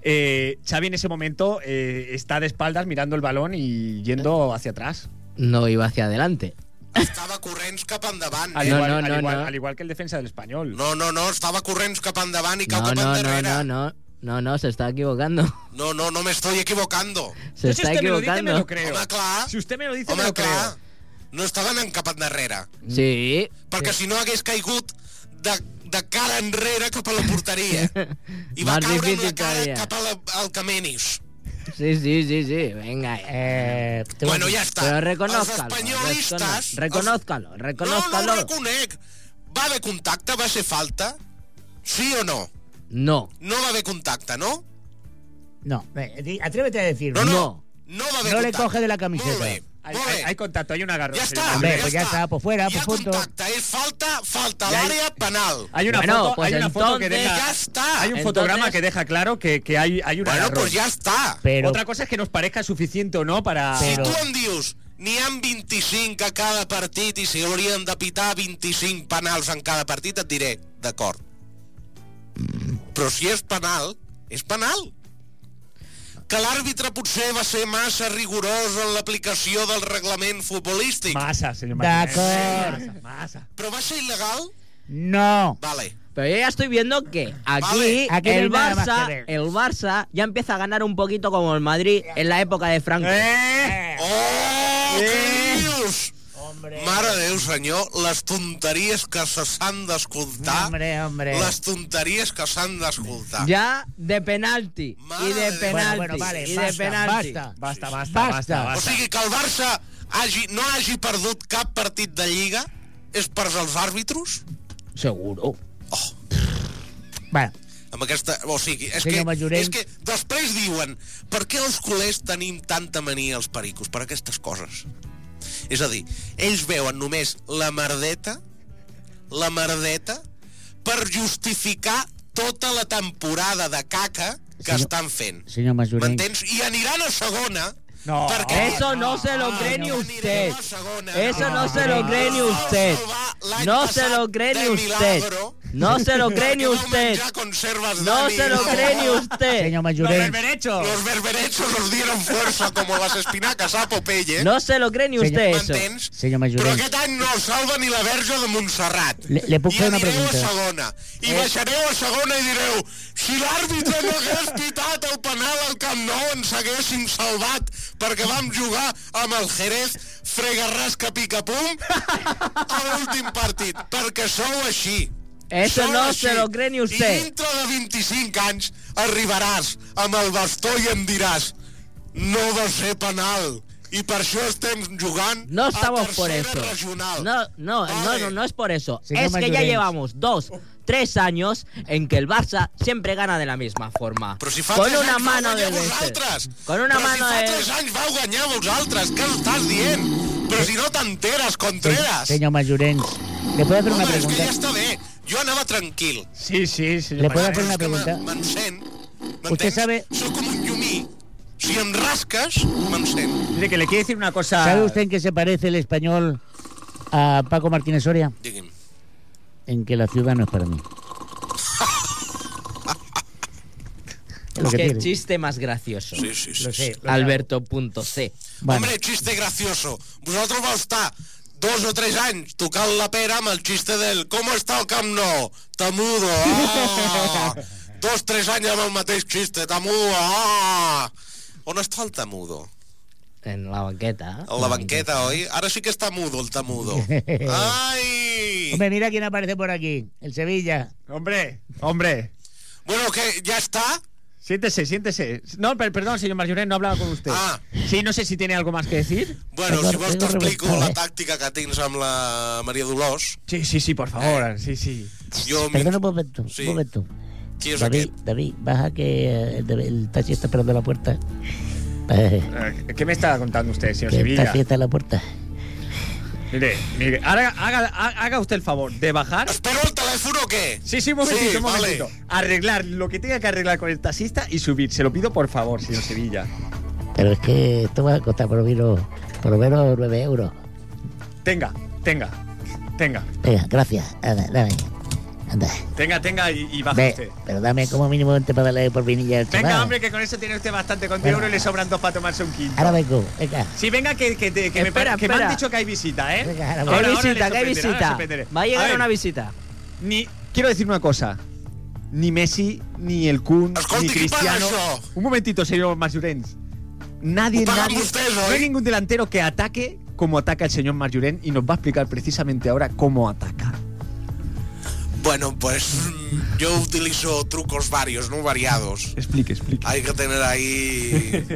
Eh, Xavi en ese momento eh, está de espaldas mirando el balón y yendo hacia atrás. No iba hacia adelante. Estava corrents cap endavant. Al, eh? Ah, No, igual, no, al no, igual- no. al igual que el defensa del español. No, no, no, estava corrents cap endavant i cau No, cap no, no, endarrere. no, no. No, no, se está equivocando. [laughs] no, no, no me estoy equivocando. Se Yo, si está usted Pues este me lo dice, me equivocando. lo creo. Home, clar. Si usted me lo dice, me Home, lo creo. clar. No estava anant cap endarrere. Sí. Perquè si no hagués caigut de, de cara enrere cap a la [laughs] porteria. I va Más caure amb la difícil cara todavía. cap a la, al Camenis. Sí, sí, sí, sí. Venga. eh. Eh, te- Bueno, ya está. Pero Els reconózcalo. espanyolistes... recono- Reconózcalo, No, no reconózcalo. el reconec. Va haver contacte, va ser falta? Sí o no? No. No va haver contacte, no? No, eh, di- atrévete a decir. No, no. No. No va haver No le contacte. coge de la camiseta. Molt bé, Hay, molt hay- bé. hay contacto, hay un agarrón. ja señor està, Hombre, Mayurens. ja pues ya està. está, pues fuera, Hi ha pues punto. contacte, és falta, falta a Ja- l'àrea penal. Eh, Hay una Bueno, foto, pues hay una foto que entonces- deja. Ja està. Hay un Entonces- fotograma que deja claro que, que hay, hay un Bueno, agarrón. pues ja està. Pero, Otra cosa es que nos parezca suficiente o no para. Si Ah. Però- tu em dius n'hi han 25 a cada partit i s'hi haurien de pitar 25 penals en cada partit, et diré, d'acord. Però si és penal, és penal. Que l'àrbitre potser va ser massa rigorós en l'aplicació del reglament futbolístic, Masa, señor D'accord. Mayurens. Masa, masa. però va ser il·legal? no. Vale. Pero yo ya estoy viendo que Vale, aquí, aquí no hay el, nada más Barça, que ver. el Barça ya empieza a ganar un poquito como el Madrid en la época de Franco. Eh. ¡Eh! Oh, què dius? Eh. Hombre, Mare de Déu, senyor, les tonteries que se s'han d'escoltar, hombre, hombre. les tonteries que s'han d'escoltar. Ya de penalti. Madre y de de- penalti. Bueno, bueno, vale, y de basta, penalti. basta. Basta, basta, Basta. basta, O basta. sigui que el Barça hagi, no hagi perdut cap partit de Lliga és per als àrbitres? Seguro. Bueno, Amb aquesta, o sigui, és que, Senyor Majorent. és que després diuen per què els culers tenim tanta mania als pericos per aquestes coses? És a dir, ells veuen només la merdeta, la merdeta, per justificar tota la temporada de caca que Senyor- estan fent. señor Masurén. M'entens? I aniran a segona No, perquè... Eso no se lo cree ni Aniran a usted. segona. Eso no se lo cree ni No, usted. no va l'any No passat se lo cree ni de usted. milagro, No se lo cree ni perquè vau usted. menjar conservas, No Dani, se lo cree [laughs] ni usted. Señor Los Masurén. berberechos. Los berberechos nos dieron fuerza como las espinacas a Popeye. No se lo cree ni usted eso. M'entens? Señor Però Masurén. aquest any no el salva ni la verge de Montserrat. Le- le puc I fer una anireu pregunta? Eh? a segona. I baixareu a segona i direu si l'àrbitre no hagués pitat el penal al Camp Nou ens haguéssim salvat perquè vam jugar amb el Jerez fregarràs que pica pum a l'últim partit. Perquè sou així. Eso Sou no així. se lo cree ni I usted. dintre de 25 anys arribaràs amb el bastó i em diràs no va ser penal. I per això estem jugant No a estamos por tercera eso. regional. No, no, no, Vale. no, no es por eso. Señor es que ya Mayorens. llevamos dos, tres años en que el Barça siempre gana de la misma forma. Però si fa con tres una anys mano vau de guanyar Leicester. vosaltres. Con una Però mano si fa de tres anys vau guanyar vosaltres. Què estàs dient? Però si no t'enteres, Contreras. Señor Masurén. ¿Le puedo hacer Home, una és que pregunta? ja està bé. Jo anava tranquil. Sí, sí, Le señor Mayurens. puedo Però hacer una és que pregunta. me- M'encén. M'entens? Usted sabe- Sóc com un llumí. Si em rasques, m'encén. Mire, que le quiero decir una cosa. ¿Sabe usted en qué se parece el español a Paco Martínez Soria Digui'm. en que la ciudad no es para mí. Es lo que Qué tiene. chiste más gracioso. Sí, sí, sí, Lo sé. sí. Alberto.c. Bueno, Hombre, chiste gracioso. Vosaltres vau estar dos o tres anys tocant la pera amb el xiste del ¿Cómo está el Camp Nou? Tamudo. Ah! Dos, tres anys amb el mateix xiste. Tamudo. Ah! On està el Tamudo? En la banqueta. A la banqueta, oi? Ara sí que està mudo, el Tamudo. Ai! hombre, mira quién aparece por aquí. El Sevilla. Hombre, hombre. Bueno, que ja està? Siéntese, siéntese. No, per- perdón, señor Marjorén, no hablaba con usted. Ah. Sí, no sé si tiene algo más que decir. Bueno, Tengo- si vols tengo t'explico revoltat, la eh? tàctica que tens amb la Maria Dolors. Sí, sí, sí, por favor. Sí, sí. Jo... Perdona un momento, Sí. un momento. Qui és David, aquest? David, baja que eh, el, el taxi está esperando a la puerta. Eh, Eh, ¿Qué me está contando usted, señor que el Sevilla? taxi está en la puerta. Mire, mire, ahora haga, ha- haga usted el favor de bajar. Espero el telèfon o què? Sí, sí, un momentito, Sí, un momentito. vale. Arreglar lo que tenga que arreglar con el taxista y subir. Se lo pido, por favor, señor Sevilla. Pero es que esto va a costar por lo menos, por lo menos 9 euros. Tenga, tenga, tenga, Venga, gracias. Anda, dame. Anda. tenga, tenga y, y baje Ve, usted. pero dame como mínimo 20 para darle por vinilla al Venga, chaval. hombre, que con eso tiene usted bastante. Con 10 Venga. euros le sobran dos para tomarse un quinto. Ahora vengo, venga. Sí, venga, que, que, te- que me, Espera, pare- que me han espera. dicho que hay visita, ¿eh? Venga, ahora ¿Qué voy. Ahora, ahora visita? ¿Qué le sorprenderé, ahora le visita? sorprenderé. Va a llegar ver, una visita. Ni, quiero decir una cosa. Ni Messi, ni el Kun, Escolti, ni qui paga Cristiano. això? Un momentito, señor Marjurens. Nadie, Ho pagan nadie. ustedes, no ¿eh? hay ningún delantero que ataque como ataca el señor Marjurén y nos va a explicar precisamente ahora cómo ataca. Bueno, pues mm, yo utilizo trucos varios, no variados. Explique, [laughs] explique. Hay que tener ahí...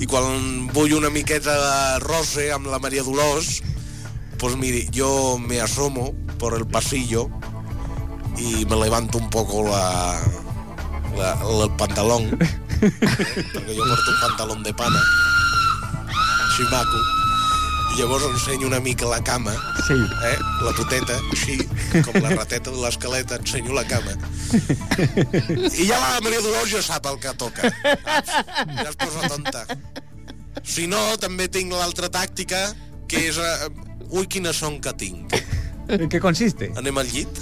I quan vull una miqueta de roce amb la Maria Dolors, pues mire, yo me asomo por el pasillo y me levanto un poco la, la, la- el pantalón, perquè jo porto un pantalón de pana, així maco, i llavors ensenyo una mica la cama, Sí. eh? la poteta, així, com la rateta de l'escaleta, ensenyo la cama. I ja la Maria Dolors ja sap el que toca. saps? Ja es posa tonta. Si no, també tinc l'altra tàctica, que és... Eh, ui, quina son que tinc. ¿En qué consiste? Anem al llit?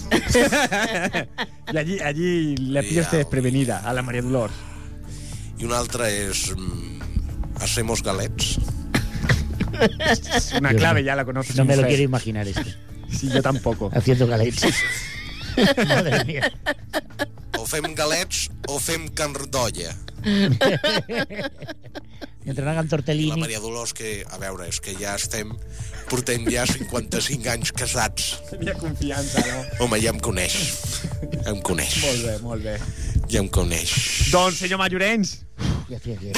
Y allí, allí le pilla usted desprevenida a la María Dolor. I una altra és... mm, Hacemos galets. Es una Dios clave, mío. ya la conoce. No me lo usted. quiero imaginar esto. Sí, [laughs] yo tampoco. Haciendo galetes. Madre mía. O fem galets o fem candolla. Mientras no hagan La tortellini. Maria Dolors, que, a veure, és que ja estem... Portem ja 55 anys casats. Tenía confianza, ¿no? Home, ja em coneix. Em coneix. Molt bé, molt bé. Ja em coneix. Doncs, senyor Marjorens, Ya estoy aquí.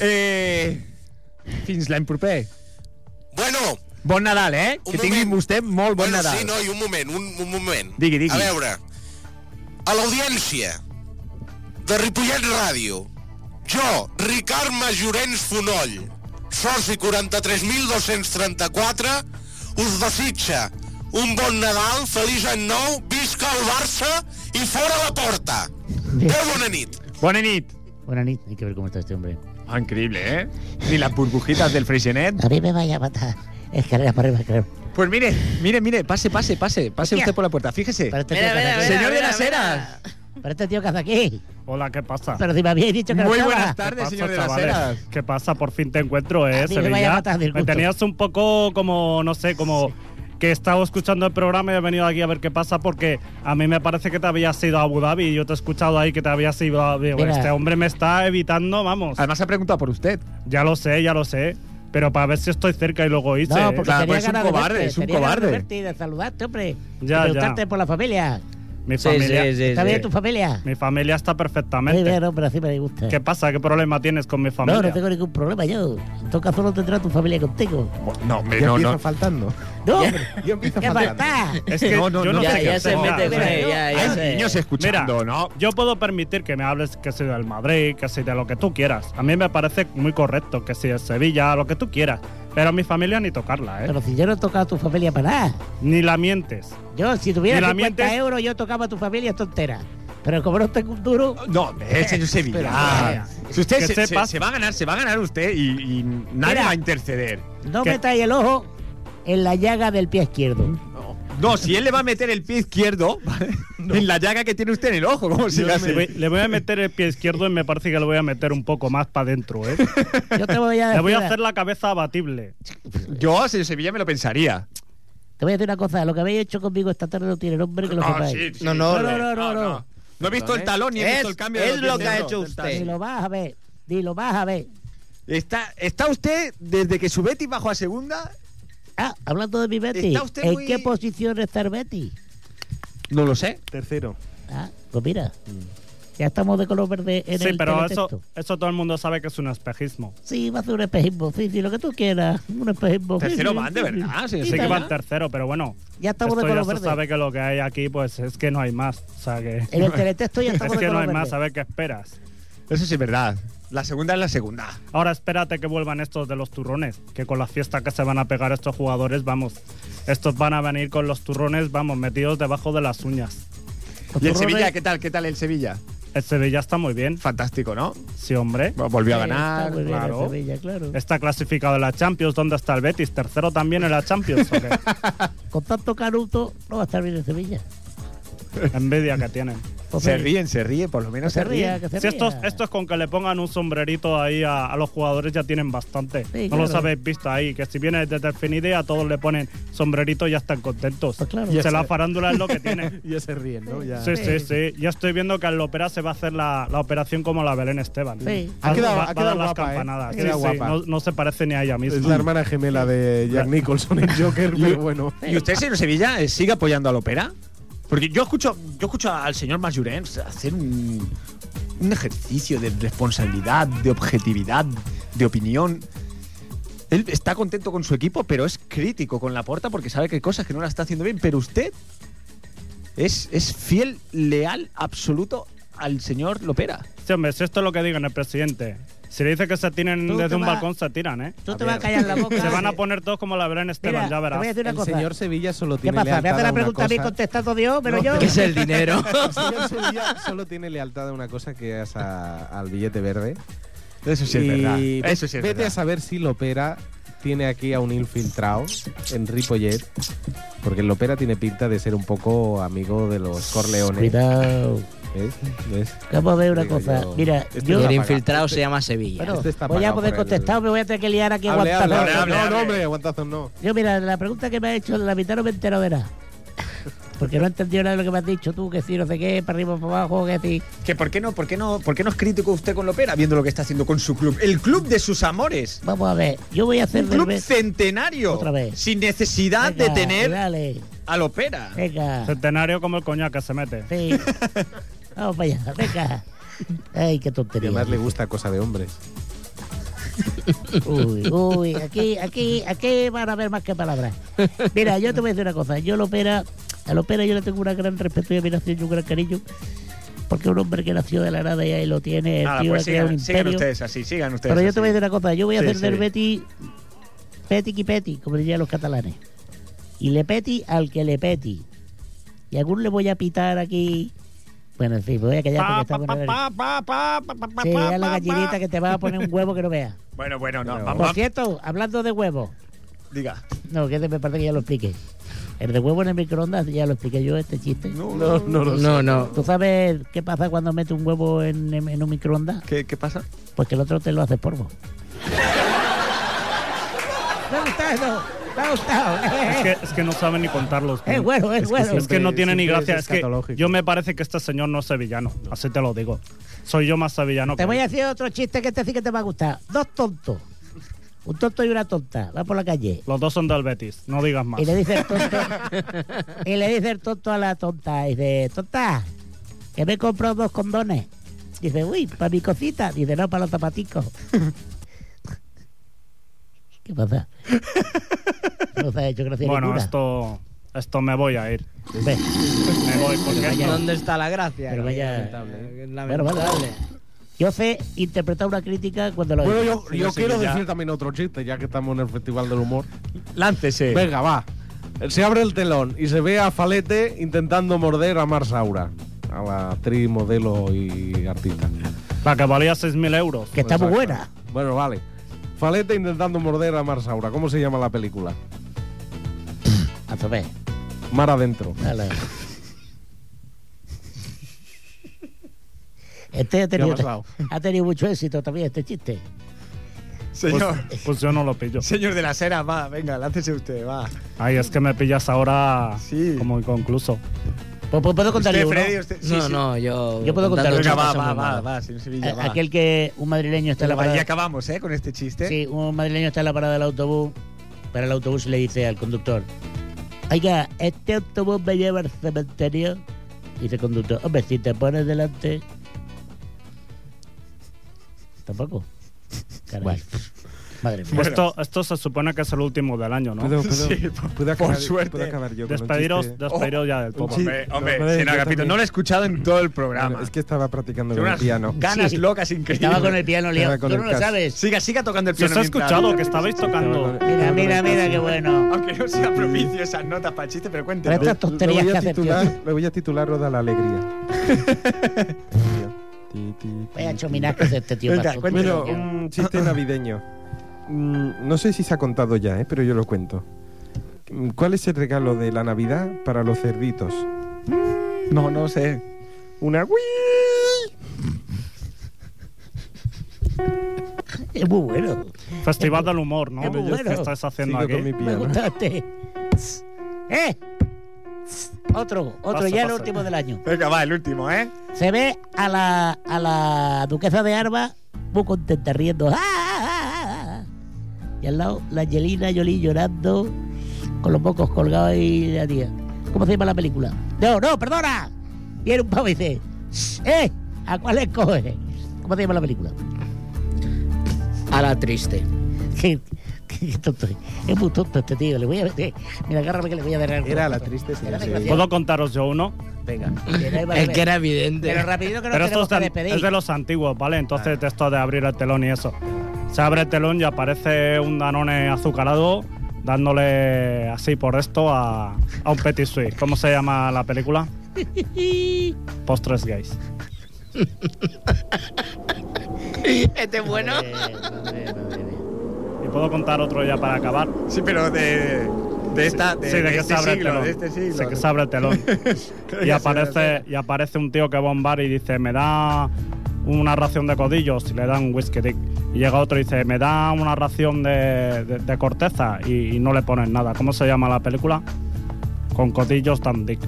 eh, fins l'any proper. Bueno, Bon Nadal, eh? Un que tingui moment. vostè molt bon bueno, Nadal. sí, no, i un moment, un, un moment. Digui, digui. A veure, a l'audiència de Ripollet Ràdio, jo, Ricard Majorens Fonoll, soci 43.234, us desitja un bon Nadal, feliç any nou, visca el Barça i fora la porta. Adéu, bona nit. Bona nit. Buena nit, hay que ver cómo está este hombre. Ah, increíble, ¿eh? Ni las burbujitas del Freixenet. A mí me vaya a matar. Escalera para arriba, escalera. Pues mire, mire, mire, pase, pase, pase. Pase usted por la puerta, fíjese. Para este Mira, tío que mira, hace aquí. mira, Señor de mira, las mira. Heras. Para este tío que hace aquí. Hola, ¿qué pasa? Pero si me habíais dicho que no Muy estaba. buenas tardes, señor de las chavales? Heras. ¿Qué pasa? Por fin te encuentro, A ¿eh, mí me vaya a Sevilla? matar del Me gusto. tenías un poco como, no sé, como que estaba escuchando el programa y he venido aquí a ver qué pasa porque a mí me parece que te habías ido a Abu Dhabi y yo te he escuchado ahí que te habías ido a... digo, Mira. Este hombre me está evitando, vamos. Además, ha preguntado por usted. Ya lo sé, ya lo sé. Pero para ver si estoy cerca y luego hice. No, ¿eh? porque Claro, tenía pues es un ganas de cobarde, verte, es un tenía ganas cobarde. De verte y de saludarte, hombre. Ya, de ya. preguntarte por la familia. Mi Sí, sí, familia, sí, ¿Está sí. bien tu familia? Mi familia está perfectamente. Muy bien, hombre, así me gusta. ¿Qué pasa? ¿Qué problema tienes con mi familia? No, no tengo ningún problema yo. En todo caso no tendrá tu familia contigo. No, hombre, Yo no, empiezo no. faltando. No, hombre. Yo empiezo ¿Qué faltando. falta? Es [laughs] que No, no, yo no. no, Ya, sé qué ya se hacer. mete con él, ya, ya Hay se- niños Mira, escuchando, ¿no? yo puedo permitir que me hables que soy del Madrid, que soy de lo que tú quieras. A mí me parece muy correcto que si de Sevilla, lo que tú quieras. Pero a mi familia ni tocarla, ¿eh? Pero si yo no he tocado a tu familia para nada. Ni la mientes. Yo, si tuviera ¿Y la 50 mientes? euros, yo tocaba a tu familia tontera. Pero como no tengo un duro, No, hombre, señor Sevilla. Espera, Ah, si usted que se, se- sepas- se va a ganar, se va a ganar usted y, y nadie Mira. va a interceder. no ¿Qué? metáis el ojo en la llaga del pie izquierdo. No, si él le va a meter el pie izquierdo ¿vale? en la llaga que tiene usted en el ojo, ¿cómo se le le, hace? voy, le [laughs] voy a meter el pie izquierdo y me parece que le voy a meter un poco más para adentro, ¿eh? Yo te voy a [laughs] Le voy a decir- hacer la cabeza abatible. Yo, señor Sevilla, me lo pensaría. Te voy a decir una cosa, lo que habéis hecho conmigo esta tarde no tiene nombre que lo Ah, sepáis. No, no, no, no, no, no. Ah, No he visto el talón ni he Es- visto el cambio es de los lo que ha dientes, no. hecho usted. Ni lo vas a ver, ni lo vas a ver. Está, está usted, desde que su Betis bajó a segunda, Ah, hablando de mi Betty, Está usted ¿en muy- qué posición está el Betty? no lo sé. Tercero. Ah, pues mira, ya estamos de color verde en Sí, el pero eso, teletexto. eso todo el mundo sabe que es un espejismo. Sí, va a hacer un espejismo, sí, sí, lo que tú quieras, un espejismo. sí, Tercero sí, van, de sí, verdad, sí. señor Sí Quita que Sevilla. va ya. el tercero, pero bueno. Ya estamos de esto ya color se verde. sabe que lo que hay aquí pues es que no hay más. O sea que... En el teletexto ya estamos [laughs] Es de que no color hay verde. Pues más, a ver qué esperas. Eso sí es verdad. La segunda es la segunda. Ahora espérate que vuelvan estos de los turrones, que con la fiesta que se van a pegar estos jugadores, vamos, estos van a venir con los turrones, vamos, metidos debajo de las uñas. Los ¿Y el turrones- Sevilla qué tal? ¿Qué tal el Sevilla? El Sevilla está muy bien, Fantástico, ¿no? sí hombre. Bueno, Volvió a Sí, está ganar. muy bien el claro. Sevilla, claro. Está clasificado en la Champions, ¿dónde está el Betis? Tercero también en la Champions. ¿o [laughs] qué? Con tanto canuto no va a estar bien el Sevilla. Envidia que tienen. Pues Se sí, ríen, se ríe, por lo que menos se se ría, ríe. que se Si estos, ría. estos con que le pongan un sombrerito ahí a, a los jugadores ya tienen bastante. Sí, no los claro. habéis visto ahí, que si viene desde Definidea a todos le ponen sombrerito y ya están contentos. Pues claro. Se la farándula es lo [laughs] [laughs] que tiene. Ya se ríen, ¿no? Ya. Sí, sí, sí. Ya estoy viendo que al ópera se va a hacer la, la operación como la Belén Esteban. Sí. Ha quedado- va, ha va a quedado dar las guapa, ¿eh? campanadas. Ha Sí, quedado sí, guapa. No, no se parece ni a ella misma. Es la hermana gemela de [laughs] Jack Nicholson en Joker, pero bueno. ¿Y usted, señor Sevilla, eh, sigue apoyando al Opera? Porque yo escucho, yo escucho al señor Masjurén hacer un, un ejercicio de responsabilidad, de objetividad, de opinión. Él está contento con su equipo, pero es crítico con la porta porque sabe que hay cosas que no la está haciendo bien. Pero usted es, es fiel, leal, absoluto al señor Lopera. Sí, hombre, si esto es lo que digan el presidente. Si le dice que se tienen Tú te desde un vas- balcón, se tiran, ¿eh? Tú te vas a callar la boca. Se van a poner todos como la Belén Esteban, Mira, ya te voy a verás. decir una el cosa. señor Sevilla solo ¿Qué tiene pasa? Me lealtad hace a la una pregunta a mí cosa. contestando Dios, pero No, yo. pero- ¿Qué [laughs] [laughs] es el dinero? El señor Sevilla solo tiene lealtad a una cosa que es a- al billete verde. Eso sí Y es verdad. ve- Eso sí es vete a verdad. saber si Lopera tiene aquí a un infiltrado en Ripollet. Porque Lopera tiene pinta de ser un poco amigo de los Corleones. Cuidado. ¿Ves? ¿Ves? Vamos a ver una Digo cosa. yo, Mira, este yo. no El era- infiltrado se llama Sevilla. Bueno, este está voy a pagado poder por el- contestar o me voy a tener que liar aquí Hable, hable, aguantando. hable, Hable, no, hable. no, hombre, aguantazos no. Yo, mira, la pregunta que me ha hecho la mitad no me he enterado de nada. Porque no he entendido nada de lo que me has dicho tú, que si no sé qué, para arriba, para abajo, que si. ¿Que por, qué no, por, qué no, ¿Por qué no es crítico usted con Lopera viendo lo que está haciendo con su club? El club de sus amores. Vamos a ver, yo voy a hacer Un del club Betis- centenario. Otra vez. Sin necesidad de Venga, tener Dale, al Opera. venga. Centenario como el coñac que se mete. [laughs] Sí. Vamos para allá, venga. Ay, qué Y tontería. además le gusta cosa de hombres. Uy, uy, aquí, aquí, aquí van a haber más que palabras. Mira, yo te voy a decir una cosa. Yo lo opera, a la opera yo le tengo un gran respeto y admiración y un gran cariño. Porque un hombre que nació de la nada y ahí lo tiene, el Nada, tío pues ha creado sigan, un sigan imperio. ustedes así, sigan ustedes Pero yo así. te voy a decir una cosa, yo voy a Sí, hacer sí. del Betty Peti y Peti, como dirían los catalanes. Y le peti al que le peti. Y a algún le voy a pitar aquí. Bueno, en fin, me voy a callar porque Pa, está pa, buena. pa, la- pa, pa, pa, pa, pa, Sí, pa, a la pa, gallinita pa. que te va a poner un huevo que no veas. Bueno, bueno, no, Por vamos. cierto, hablando de huevos. Diga. No, que este me parece que ya lo expliqué. El de huevo en el microondas, ya lo expliqué yo este chiste. No, No, no lo sé. No, no. ¿Tú sabes qué pasa cuando metes un huevo en, en- en un microondas? ¿Qué, qué pasa? Pues que el otro te lo hace polvo. Me ha gustado, me ha gustado. Es que, es que no saben ni contarlos. Eh. Es bueno, es bueno. Es que no Siempre- tiene ni siempre gracia. es Es que escatológico. yo me parece que este señor no es sevillano. Así te lo digo. Soy yo más [laughs] sevillano. Te que voy a él. decir otro chiste que te sí que te va a gustar. Dos tontos. Un tonto y una tonta. Va por la calle. Los dos son del Betis. No digas más. Y le dice el tonto, y le dice el tonto a la tonta, y dice, tonta, que me he comprado dos condones. Dice, uy, para mi cosita. Dice, no, para los zapaticos. ¿Qué pasa? No te ha hecho gracia Bueno, ninguna. esto, esto me voy a ir. Ve. Me voy porque Pero esto- ¿Dónde está la gracia? Pero vaya- Lamentable. Bueno, vale. Lamentable. Yo sé interpretar una crítica cuando lo Bueno, oigo. yo, yo Señor quiero Sevilla. decir también otro chiste, ya que estamos en el Festival del Humor. Láncese. Venga, va. Se abre el telón y se ve a Falete intentando morder a Marsaura, a la actriz, modelo y artista. La que valía 6.000 euros. Que está muy Exacto. buena. Bueno, vale. Falete intentando morder a Marsaura. ¿Cómo se llama la película? Alfabet. Mar adentro. Dale. Este ha tenido, ha pasado? ha tenido mucho éxito también este chiste. Señor, Pues, pues yo no lo pillo. señor de las eras, va, venga, láncese usted, va. Ay, es que me pillas ahora Sí. como inconcluso. Pues, pues, puedo contarle Usted, uno. Este Freddy, usted- sí, no, sí. no, yo. Yo puedo contar contando Venga, otra va, cosas va, muy va, malas. va, señor Sevilla, A- va. Eh, Aquel que un madrileño está en la Venga, va, y parada. acabamos, ¿eh? Con este chiste. Sí, un madrileño está en la parada del autobús. Para el autobús y le dice al conductor: Oiga, ¿este autobús me lleva al cementerio? Dice el conductor: Hombre, si te pones delante. Tampoco. Caray. Madre mía. Esto, esto se supone que es el último del año, ¿no? Puedo- puedo- [laughs] Sí, puedo por acabar- suerte. puedo acabar yo con Oh, un Despediros, chiste. despediros ya del todo. Sí, Hombre, hombre, no, madre, señor yo Agapito, también. no lo he escuchado en todo el Bueno, programa. es que estaba practicando Tiene con el unas piano. ganas Sí. locas increíbles. Estaba con el piano liado. Estaba con Tú el no lo cas- sabes. Siga, siga tocando el Se piano. os ha mientras- escuchado que estabais tocando. Mira, mira, mira, qué bueno. Aunque no sea propicio esas notas para el chiste, pero cuéntelo. Pero estas Lo tonterías voy, que a haces, tío. titular, lo voy a titular Roda la Alegría. Ti, ti, ti, Vaya ti. chominaz que hace este tío. Venga, Paco. cuéntelo. Bueno, un chiste navideño. Mm, No sé si se ha contado ya, ¿eh? pero yo lo cuento. Mm, ¿Cuál es el regalo de la Navidad para los cerditos? No, no sé. Una Wii. Es muy bueno. Festival del humor, ¿no? Qué ¿Qué, bueno. estáis haciendo Eh, aquí? Sigo con mi Me piano. gustaste. ¡Eh! Otro, otro, Pasa, ya el pasa. último del año. Venga, va, el último, ¿eh? Se ve a la, a la duquesa de Arba muy contenta riendo. ¡Ah, ah, ah, ah! Y al lado la Angelina Jolie llorando con los mocos colgados y la tía. ¿Cómo se llama la película? No, no, perdona. Viene un pavo y dice, "Shh, ¿eh? ¿A cuál escoge? ¿Cómo se llama la película? [laughs] A la triste. Qué, qué- qué tonto. es. Es muy tonto este tío. Le voy a meter. Mira, agárrame que le voy a dar algo. Era la triste señora Era Sevilla. desgraciado. ¿Puedo contaros yo uno? Venga. Mira, ahí va, Es ve. que era evidente. Pero rapidito que nos Pero tenemos esto es que de, despedir. es de los antiguos, ¿vale? Entonces, de esto de abrir el telón y eso. Se abre el telón y aparece un danone azucarado dándole así por esto a, a un petit suisse. ¿Cómo se llama la [laughs] película? Postres gays. este es bueno. ¿Y puedo contar otro ya para acabar? Sí, pero de. De esta. De, sí, de, de que este se abre el siglo, telón. de este siglo. Sí, que se abre el [laughs] telón. y, aparece, y aparece un tío que va a un bar y dice, me da una ración de codillos y le dan un whisky dick. Y llega otro y dice, me da una ración de, de- de corteza y, y no le ponen nada. ¿Cómo se llama la película? Con codillos tan dick.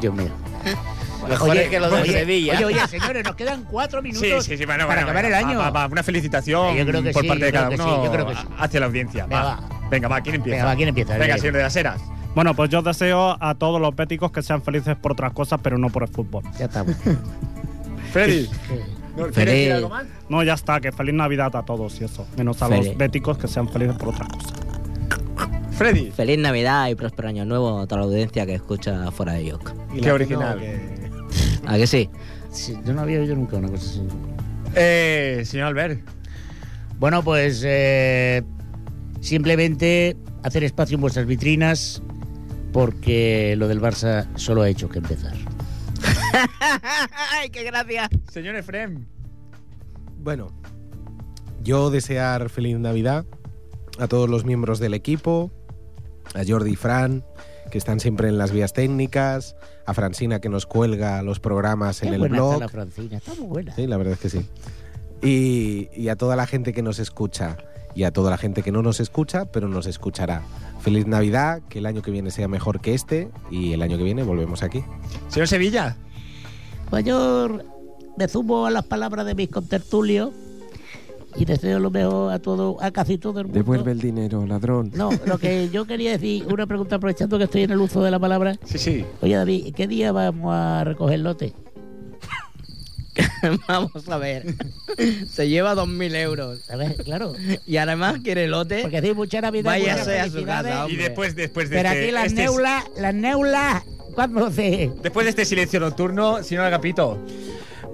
Dios mío. Mejor es que lo de oye, Sevilla. Oye, oye, señores, nos quedan cuatro minutos Sí, sí, sí, bueno, para bueno, acabar venga, el año. va, va, una felicitación Yo creo que por sí, parte de yo cada creo que uno sí, yo creo que sí. hacia la audiencia. Venga, va. va. Venga, va, ¿quién empieza? Venga, va, ¿quién empieza? Venga, Venga. señor de las eras. Bueno, pues yo deseo a todos los béticos que sean felices por otras cosas, pero no por el fútbol. Ya estamos. Freddy. ¿no- ¿Quieres decir algo más? No, ya está, que feliz Navidad a todos y eso. Menos a los Feliz. béticos que sean felices por otras cosas. Freddy. Feliz Navidad y próspero año nuevo a toda la audiencia que escucha fuera de York. Qué original. ¿A que sí? [laughs] Sí, yo no había oído nunca una cosa así. Eh, señor Albert. Bueno, pues eh, simplemente hacer espacio en vuestras vitrinas porque lo del Barça solo ha hecho que empezar. ¡Ay, qué gracia! Señor Efrem. Bueno, yo desear feliz Navidad a todos los miembros del equipo, a Jordi y Fran, que están siempre en las vías técnicas, a Francina que nos cuelga los programas en Qué el buena blog. está la Francina, está muy buena. Sí, la verdad es que sí. Y, y a toda la gente que nos escucha y a toda la gente que no nos escucha, pero nos escuchará. Feliz Navidad, que el año que viene sea mejor que este y el año que viene volvemos aquí. Señor Sevilla. Pues yo me sumo a las palabras de mis contertulios y deseo lo mejor a todo, a casi todo el mundo. Devuelve el dinero, ladrón. No, lo que yo quería decir, una pregunta aprovechando que estoy en el uso de la palabra. Sí, sí. Oye, David, ¿qué día vamos a recoger el lote? Vamos a ver. Se lleva 2.000 euros. A ver, claro. Y además quiere lote. Porque si mucha Navidad, Vaya muchas sea su felicidades, casa, Y Hombre. después, después de Pero este- aquí las este- neulas, las neulas, ¿cuándo se...? Después de este silencio nocturno, señor Agapito.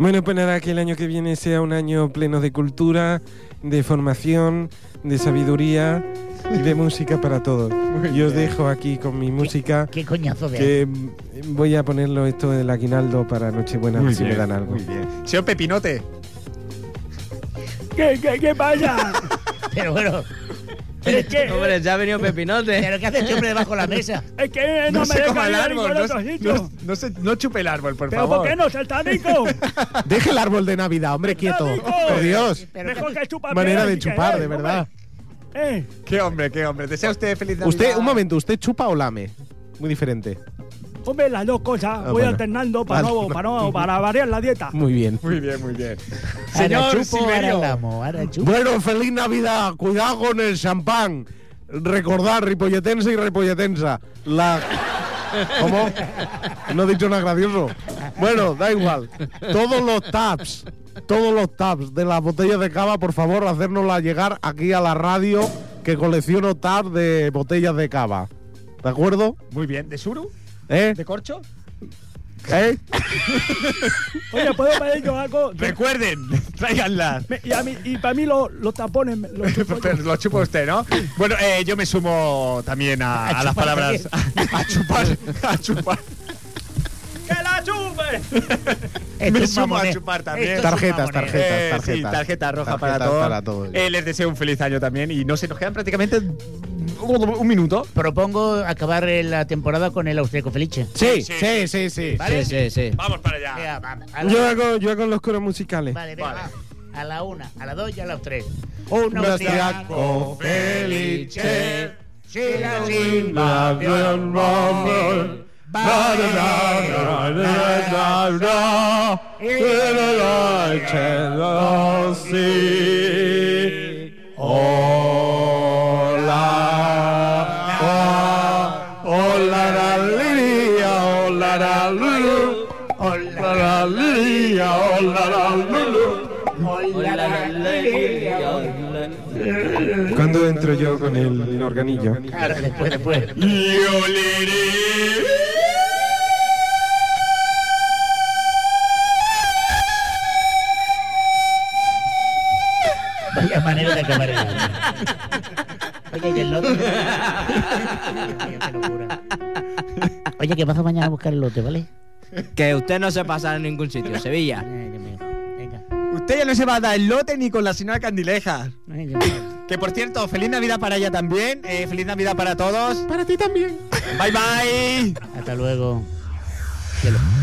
Bueno, pues nada, que el año que viene sea un año pleno de cultura, de formación, de sabiduría y de música para todos. Y os dejo aquí con mi música, ¿Qué coñazo de que mm, voy a ponerlo esto del aguinaldo para Nochebuena, si me dan algo. bien. Señor Pepinote. Pero bueno, Pero es que, Hombre, ya ha venido Pepinote. pero ¿qué hace este hombre debajo de la mesa? Es que No no, me se deja coma el ir a árbol, ningún no, otro se- sitio. no- no se- no chupe el árbol, por ¿Pero favor. por qué [laughs] no, saltánico? Deje el árbol de Navidad, hombre, quieto. ¡Navico! Por Dios. Pero Mejor que chupa Manera piedras, de si chupar, de queréis, verdad. hombre. Eh, Qué hombre, qué hombre. Desea usted feliz Navidad. Usted, un momento, ¿usted chupa o lame? Muy diferente. hombre, las dos cosas. Ah, Voy bueno. alternando para, Vale. no, para, no- para variar la dieta. Muy bien. Muy bien, muy bien. ahora Señor chupo, ahora Silverio. hablamos, ahora chupo. Bueno, feliz Navidad. Cuidado con el champán. Recordar, ripolletense y repolletensa. La. ¿Cómo? No he dicho nada gracioso. Bueno, da igual. Todos los taps, todos los taps de las botellas de cava, por favor, hacérnosla llegar aquí a la radio que colecciono taps de botellas de cava. ¿De acuerdo? Muy bien. ¿De Suru? ¿Eh? ¿De corcho? ¿Eh? Oye, ¿puedo pedir yo algo? Recuerden, [laughs] tráiganla. Me- y, a mí- y para mí lo- los tapones [laughs] me- los chupo yo. [laughs] Pero Lo chupa usted, ¿no? Bueno, eh, yo me sumo también a, a las chupar palabras. [laughs] A, chupar, a chupar. ¡Que la chupe! Esto [laughs] me es sumo a mamoneo. chupar también. Esto es un Tarjetas, mamoneo. tarjetas. Eh, sí, tarjeta roja Tarjetas para todos. para todos. Eh, les deseo un feliz año también. Y no sé, nos quedan prácticamente un minuto. Propongo acabar eh, la temporada con el austríaco Felice. Sí, sí, sí, sí. ¿Vale? Sí, sí, sí. Vamos para allá. Venga, va, a la- Yo hago, yo hago los coros musicales. Vale, venga, Vale. va. A la una, a la dos y a las tres. Un austriaco felice. Siga sin nación, mamá. Na, na, na, na, na, na, na. En el Chelsea. Hola. Ah, Hola, la liria, hola, la lulu. Hola, la liria, hola, la lulu. ¿Cuándo entro yo con el organillo? Claro, después, después. Yo le diré. Vaya manera de acabar el año. Oye, ¿y el [laughs] lote? Mira, qué locura. Oye, que paso mañana a buscar el lote, ¿vale? Que usted no se pasará en ningún sitio, Sevilla. Ay, Dios mío. Venga. Usted ya no se va a dar el lote ni con la señora Candileja. Ay, Dios mío. Que por cierto, feliz Navidad para ella también. eh, feliz Navidad para todos. Para ti también. Bye bye. Hasta luego. Qué locura.